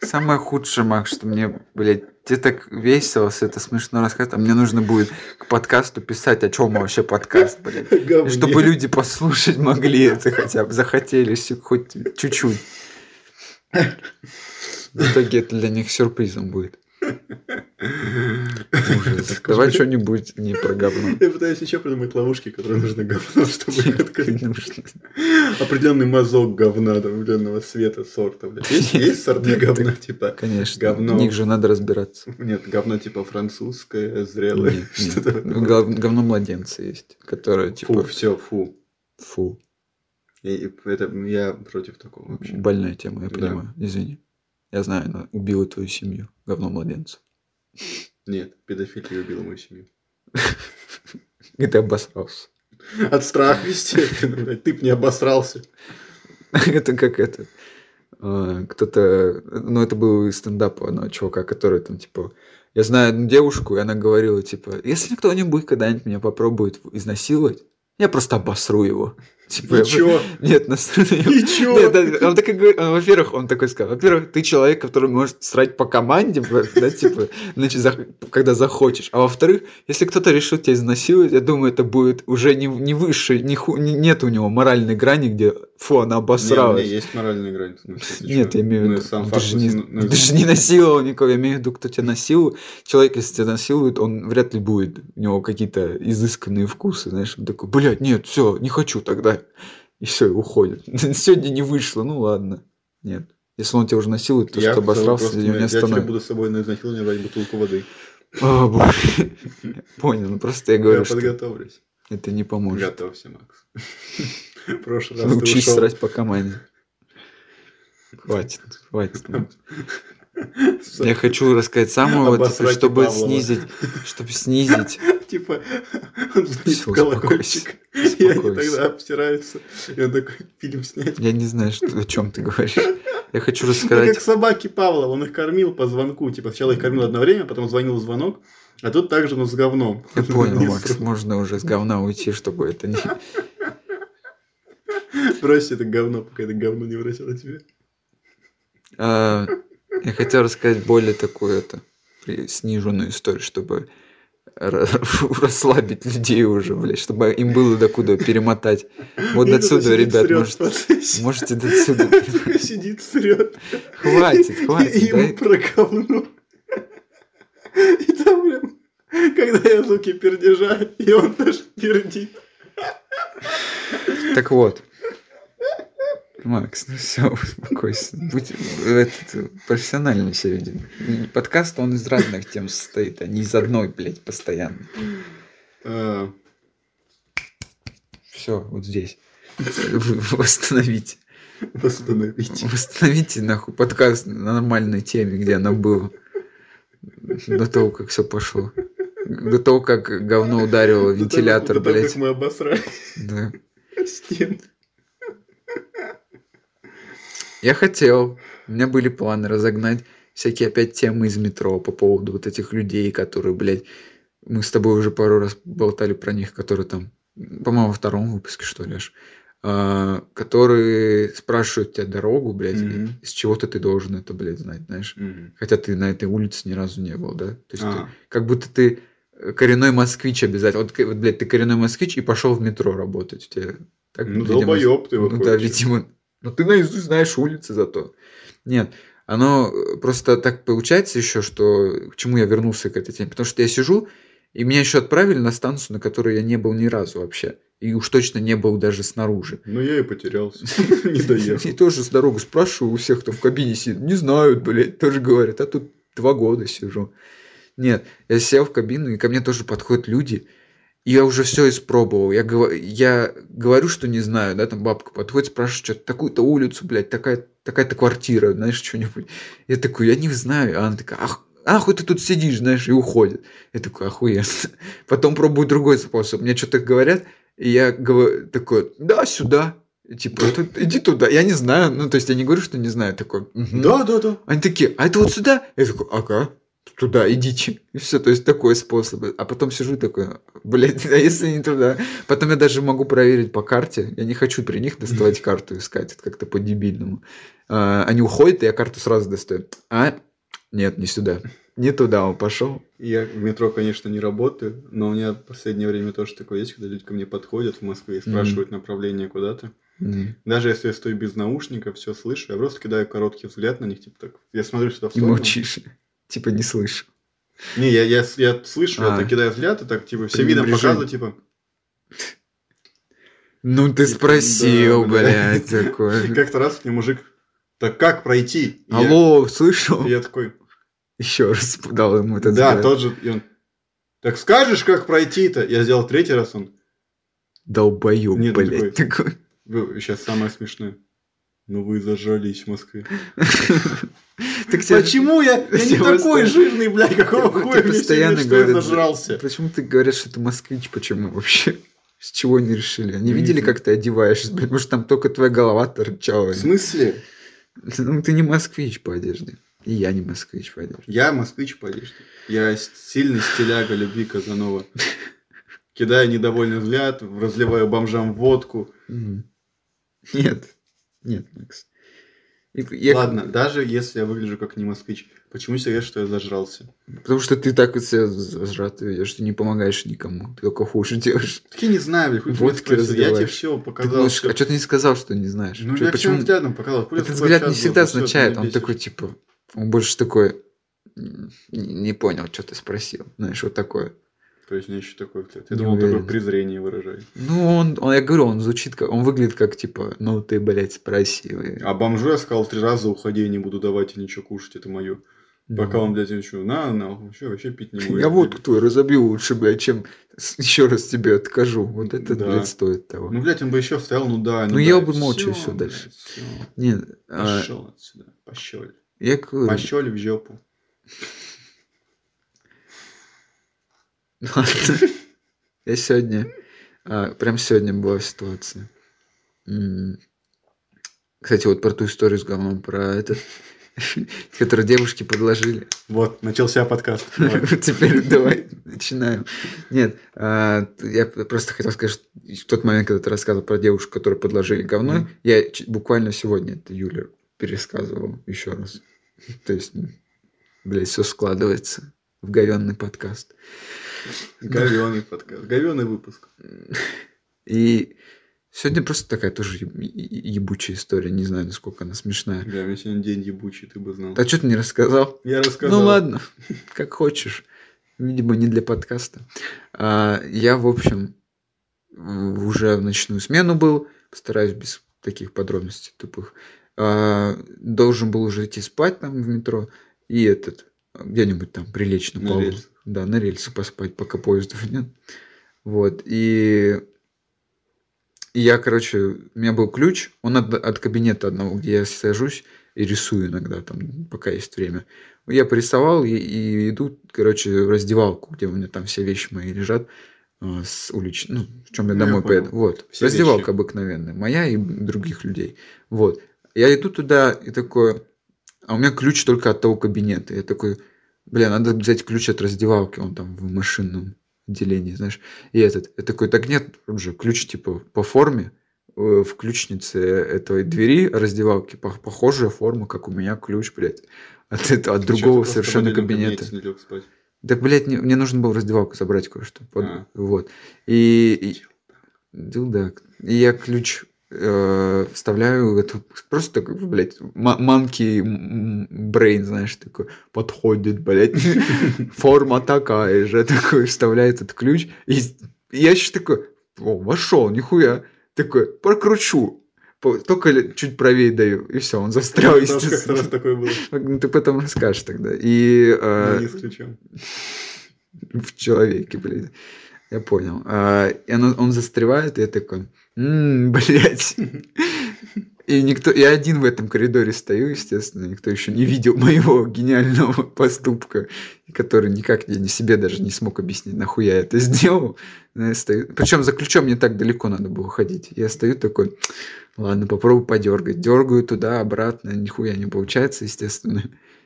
S4: самое худшее, Макс, что мне, блядь, тебе так весело, все это смешно рассказывать, а мне нужно будет к подкасту писать, о чем вообще подкаст, блядь.
S3: Говне.
S4: Чтобы люди послушать могли это хотя бы, захотели всё- хоть чуть-чуть. В итоге это для них сюрпризом будет. Ужас. Давай что-нибудь не про говно.
S3: Я пытаюсь еще придумать ловушки, которые нужно говно, чтобы их открыть.
S4: Не нужно.
S3: Определенный мазок говна, там, определенного цвета, сорта, блядь. Есть, есть сорта
S4: Нет,
S3: говна, типа...
S4: Конечно,
S3: Говно.
S4: в них же надо разбираться.
S3: Нет, говно типа французское, зрелое,
S4: Нет, нет.
S3: что-то в этом роде.
S4: Гов- Говно младенца есть, которое
S3: Ну, Фу,
S4: типа
S3: все, фу.
S4: фу.
S3: И- и это, я против такого вообще.
S4: Больная тема, я
S3: Да.
S4: понимаю. Извини. Я знаю, она убила твою семью. Говно младенца.
S3: Нет, педофилия убила мою семью.
S4: И ты обосрался.
S3: От страха, естественно, блядь, ты б не обосрался.
S4: это как это. э, Кто-то. Ну, это был из стендапа одного чувака, который там, типа. Я знаю одну девушку, и она говорила, типа, если кто-нибудь когда-нибудь меня попробует изнасиловать, я просто обосру его. Типа, я-
S3: Ничего,
S4: Нет, настроение.
S3: ничего.
S4: Нет, да, он так и говорит, он, во-первых, он такой сказал, во-первых, ты человек, который может срать по команде, б- да, типа, значит, зах- когда захочешь. А во-вторых, если кто-то решил тебя изнасиловать, я думаю, это будет уже не, не выше, не ху- не- нет у него моральной грани, где, фу,
S3: Не, у
S4: она
S3: меня
S4: обосралась.
S3: есть моральная грань. в смысле, ты
S4: Нет,
S3: чё?
S4: я имею в
S3: Ну,
S4: виду,
S3: сам
S4: ты
S3: факт,
S4: же не,
S3: ну, ну,
S4: ты же не насиловал никого, я имею в виду, кто тебя насилует. Человек, если тебя насилует, он вряд ли будет, у него какие-то изысканные вкусы, знаешь, он такой, блядь, нет, все, не хочу тогда. И все, и уходит. Сегодня не вышло, ну ладно. Нет. Если он тебя уже насилует, то
S3: я
S4: что
S3: в целом
S4: обосрался,
S3: просто
S4: для меня
S3: Я теперь
S4: остановит.
S3: буду с собой на изнасилование брать бутылку воды.
S4: А, боже. Понял, ну просто я
S3: Я
S4: говорю, что
S3: подготовлюсь.
S4: это не поможет. Ну,
S3: Готовься, Макс. В прошлый раз ты
S4: Учись
S3: ушел.
S4: срать по команде. Хватит, хватит. Макс. Я хочу рассказать самого, типа,
S3: Обосрать
S4: чтобы
S3: Павлова.
S4: снизить, чтобы снизить.
S3: Типа, он звонит
S4: Всё,
S3: в колокольчик,
S4: успокойся,
S3: и они
S4: успокойся. Ну,
S3: тогда обтираются, и он такой, фильм снять.
S4: Я не знаю, что, о чем ты говоришь. Я хочу
S3: Ну, как
S4: рассказать.
S3: собаки Павлова, он их кормил по звонку, типа, сначала их кормил одно время, потом звонил звонок, а тут также, но с говном.
S4: Я понял,
S3: Не
S4: Макс,
S3: сру-
S4: можно уже с говна уйти, чтобы это не...
S3: Брось это говно, пока это говно не бросило тебе.
S4: А, Я хотел рассказать более такую это при- сниженную историю, чтобы ра- расслабить людей уже, блядь, чтобы им было докуда перемотать. Вот
S3: И тут
S4: отсюда,
S3: сидит,
S4: ребят,
S3: срёт
S4: может,
S3: в процессе.
S4: можете до отсюда.
S3: Такой сидит, срет.
S4: Хватит, хватит,
S3: И ему
S4: дай-
S3: про говно. И там прям, когда я звуки пердежа, и он даже пердит.
S4: Так вот. Макс, ну все, успокойся. Будь этот, профессионально все видит. Подкаст, он из разных тем состоит, а не из одной, блядь, постоянно.
S3: А,
S4: Все, вот здесь. Вы восстановите.
S3: Восстановите.
S4: Восстановите, нахуй, подкаст на нормальной теме, где она была. До того, как все пошло. До того, как говно
S3: До
S4: ударило
S3: того-
S4: вентилятор,
S3: до того, как
S4: блядь.
S3: мы обосрались
S4: Да.
S3: с тем.
S4: Я хотел, у меня были планы разогнать всякие опять темы из метро по поводу вот этих людей, которые, блядь, мы с тобой уже пару раз болтали про них, которые там, по-моему, во втором выпуске, что ли, аж, а, которые спрашивают тебя дорогу, блядь,
S3: Мгм.
S4: и с чего-то ты должен это, блядь, знать, знаешь. Хотя ты на этой улице ни разу не был, да? То есть ты-
S3: А,
S4: как будто ты э, коренной москвич обязательно. Вот, к- вот, блядь, ты коренной москвич и пошел в метро работать. У тебя так,
S3: Ну,
S4: видимо,
S3: долбоеб ты
S4: ну да,
S3: выходишь.
S4: видимо. Ну ты наизусть знаешь улицы зато. Нет, оно э, просто так получается еще, что к чему я вернулся к этой теме. Потому что я сижу, и меня еще отправили на станцию, на которой я не был ни разу вообще. И уж точно не был даже снаружи.
S3: Ну, я и потерялся. Не доехал.
S4: И тоже с дорогу спрашиваю у всех, кто в кабине сидит. Не знают, блядь, тоже говорят. А тут два года сижу. Нет, я сел в кабину, и ко мне тоже подходят люди. И я уже все испробовал. Я, гова- я говорю, что не знаю, да, там бабка подходит, спрашивает, что такую-то улицу, блядь, такая, такая-то квартира, знаешь, что-нибудь. Я такой, я не знаю. А она такая, ах, Ахуй ты тут сидишь, знаешь, и уходит. Я такой, охуенно. Потом пробую другой способ. Мне что-то говорят, и я говорю, такой, да, сюда. И Типа, «Тут- иди туда. Я не знаю. Ну, то есть я не говорю, что не знаю. Такой, «Мгм».
S3: Да, да, да.
S4: Они такие, а это вот сюда? Я такой, ага, туда, идите. И все, то есть такой способ. А потом сижу и такой, блядь, а если не туда? Потом я даже могу проверить по карте. Я не хочу при них доставать карту и искать. Это как-то по-дебильному. А, Они уходят, и я карту сразу достаю. А, нет, не сюда. Не туда он пошел.
S3: Я в метро, конечно, не работаю, но у меня в последнее время тоже такое есть, когда люди ко мне подходят в Москве и спрашивают направление куда-то.
S4: М.
S3: Даже если я стою без наушников, все слышу, я просто кидаю короткий взгляд на них, типа так. Я смотрю сюда в
S4: И
S3: сторону.
S4: молчишь. Типа не слышу.
S3: Не, я, я, с- я слышу, я
S4: А.
S3: так кидаю взгляд, и так, типа, всем видом
S4: Пренебрежение.
S3: показываю, типа,
S4: Ну ты
S3: Да,
S4: спросил,
S3: бля.
S4: блядь, такой.
S3: как-то раз мне мужик, так как пройти? И я-
S4: Алло, слышал?
S3: и я такой,
S4: Еще раз дал ему этот
S3: да,
S4: взгляд.
S3: тот же, и он, так скажешь, как пройти-то? Я сделал третий раз, он,
S4: Долбоёб,
S3: Нет, ну
S4: блядь. Такой.
S3: сейчас самое смешное, ну вы зажались в Москве.
S4: Так тебе-
S3: я,
S4: тебя постоянно-
S3: жирный, блядь,
S4: Тебе постоянно
S3: что я
S4: говорят,
S3: нажрался?
S4: Почему ты говоришь, что ты москвич? Почему вообще? С чего они решили? Они
S3: Не
S4: видели,
S3: знаю.
S4: как ты одеваешься? Блядь, может, там только твоя голова торчала?
S3: В смысле?
S4: Ну, ты не москвич по одежде. И я не москвич по одежде.
S3: Я москвич по одежде. Я с- сильный стиляга любви Казанова. Кидаю недовольный взгляд, разливаю бомжам водку.
S4: Мгм. Нет. Нет, Макс. И я-
S3: Ладно, даже если я выгляжу как не москвич, почему все говорят, что я зажрался?
S4: Потому что ты так вот себя зажратый ведешь, ты не помогаешь никому. Ты только хуже делаешь.
S3: Так я не знаю, блядь, хуй ты меня
S4: Водки
S3: спросил, я тебе
S4: разливаешь.
S3: все
S4: Ты
S3: показал.
S4: думаешь,
S3: всё.
S4: а что ты не сказал, что не знаешь?
S3: Ну,
S4: Чё-
S3: я всем взглядом показал. хули я
S4: Этот
S3: с тобой
S4: взгляд не
S3: общаться
S4: всегда
S3: буду, всё, ты
S4: означает,
S3: меня
S4: он
S3: бесишь.
S4: такой, типа, он больше такой, «М, не не понял, что ты спросил, знаешь, вот такое.
S3: То есть, у меня еще такой взгляд. Я
S4: Не
S3: думал, он такое
S4: уверен.
S3: презрение выражает.
S4: Ну, он, он- я говорю, он звучит, как, он выглядит как, типа, ну ты, блядь, спросил. И-
S3: А бомжу я сказал три раза, уходи, я не буду давать и ничего кушать, это мое. Пока он, блядь, еще на, на, вообще, вообще пить не будет.
S4: ну, Я водку твою разобью лучше, блядь, чем еще раз тебе откажу. Вот это,
S3: Да.
S4: блядь, стоит того.
S3: Ну, блядь, он бы еще стоял, ну да,
S4: Ну,
S3: да,
S4: ел
S3: и
S4: бы молча, и
S3: всё,
S4: всё дальше.
S3: блядь, всё.
S4: Нет, а,
S3: Пошел отсюда, пощель.
S4: я говорю,
S3: Пощель в жопу.
S4: Ну, Ладно. Я сегодня, а, прям сегодня была ситуация. М, Кстати, вот про ту историю с говном, про этот, который девушки подложили.
S3: Вот, начался подкаст. Давай.
S4: Теперь давай начинаем. Нет, а, я просто хотел сказать, что в тот момент, когда ты рассказывал про девушку, которую подложили говно,
S3: Мгм.
S4: я ч- буквально сегодня это Юля пересказывал еще раз. То есть, блядь, все складывается в говенный подкаст.
S3: Говёный подкаст, говёный выпуск.
S4: И сегодня просто такая тоже еб- е- ебучая история. Не знаю, насколько она смешная.
S3: Бля, у меня сегодня день ебучий, ты бы знал.
S4: А что ты не рассказал?
S3: Я рассказал.
S4: Ну ладно, как хочешь. Видимо, не для подкаста. А, я, в общем, в- уже в ночную смену был. Постараюсь без таких подробностей тупых. А, должен был уже идти спать там в метро. И этот, где-нибудь там прилечь на
S3: На
S4: полу.
S3: рельсах.
S4: Да, на рельсах поспать, пока поездов нет. Вот, и... и я, короче, у меня был ключ, он от, от кабинета одного, где я сажусь и рисую иногда, там, пока есть время. Я порисовал и, и иду, короче, в раздевалку, где у меня там все вещи мои лежат, а, с улич... ну, в чем я
S3: Ну, я
S4: домой
S3: понял.
S4: поеду. Вот,
S3: Все вещи.
S4: раздевалка обыкновенная, моя и других людей. Вот, я иду туда и такой, а у меня ключ только от того кабинета. Я такой, бля, надо взять ключ от раздевалки, он там в машинном отделении, знаешь. И этот, я такой, так нет, тут же ключ типа по форме, э, в ключнице этой двери раздевалки пох- похожая форма, как у меня ключ, блядь, от, этого, от
S3: Ты чё, ты
S4: другого
S3: просто в
S4: совершенно
S3: отдельном
S4: кабинета.
S3: кабинете не лёг спать?
S4: Да, блядь, не- мне нужно было в раздевалку забрать кое-что. под-
S3: А.
S4: Вот. И, и- Дилдак. И я ключ э, вставляю, это просто такой, блядь, мамки брейн, знаешь, такой, подходит, блядь, форма такая же, такой, вставляет этот ключ, и я еще такой, о, вошел, нихуя, такой, прокручу, По- только ли- чуть правее даю, и все, он застрял,
S3: У нас как-то раз
S4: естественно.
S3: такое было.
S4: Ну, Ты потом расскажешь тогда. И э,
S3: Я не с ключом.
S4: в человеке, блядь. Я понял. А, и оно- он застревает, и я такой, «М, блядь. И никто, я один в этом коридоре стою, естественно, никто еще не видел моего гениального поступка, который никак я не себе даже не смог объяснить, нахуя я это сделал. Но я стою. Причем за ключом мне так далеко надо было ходить. Я стою такой, ладно, попробую подергать. Дергаю туда, обратно, нихуя не получается, естественно.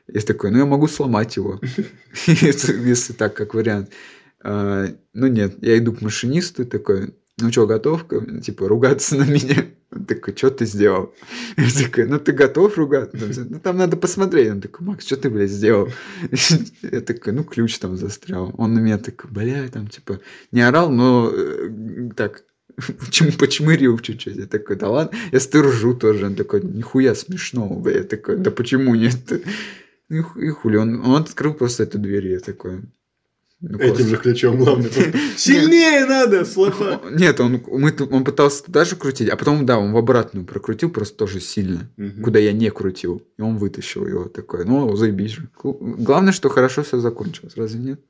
S4: Я такой, ну я могу сломать его, если если так, как вариант. А, Ну нет, я иду к машинисту, такой, ну что, готов? ко- Типа, ругаться на меня. Он такой, что ты сделал? Я такой, ну ты готов ругаться? Он такой, Ну там надо посмотреть. Он такой, Макс, что ты, блядь, сделал? Я такой, ну ключ там застрял. Он на меня такой, бля, там типа, не орал, но э, так, почему почмырил чуть-чуть. Я такой, да ладно. Я стыржу тоже. Он такой, нихуя смешного, бля. Я такой, да почему нет? Ну и ху- и хули, он, он открыл просто эту дверь, и я такой... ну, класс.
S3: Этим же ключом, главное. просто, Сильнее надо, слабак.
S4: Нет, он, мы, ту- он пытался туда же крутить, а потом, да, он в обратную прокрутил, просто тоже сильно,
S3: Мгм.
S4: куда я не крутил. И он вытащил его такой. Ну, заебись же. Клу- Главное, что хорошо все закончилось, разве нет?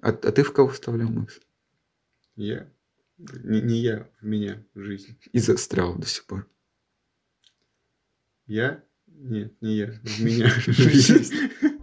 S4: А, а ты в кого вставлял, Макс?
S3: Я. Не, не я, в меня, в жизни.
S4: И застрял до сих пор.
S3: Я? Нет, не я, в меня, в жизнь.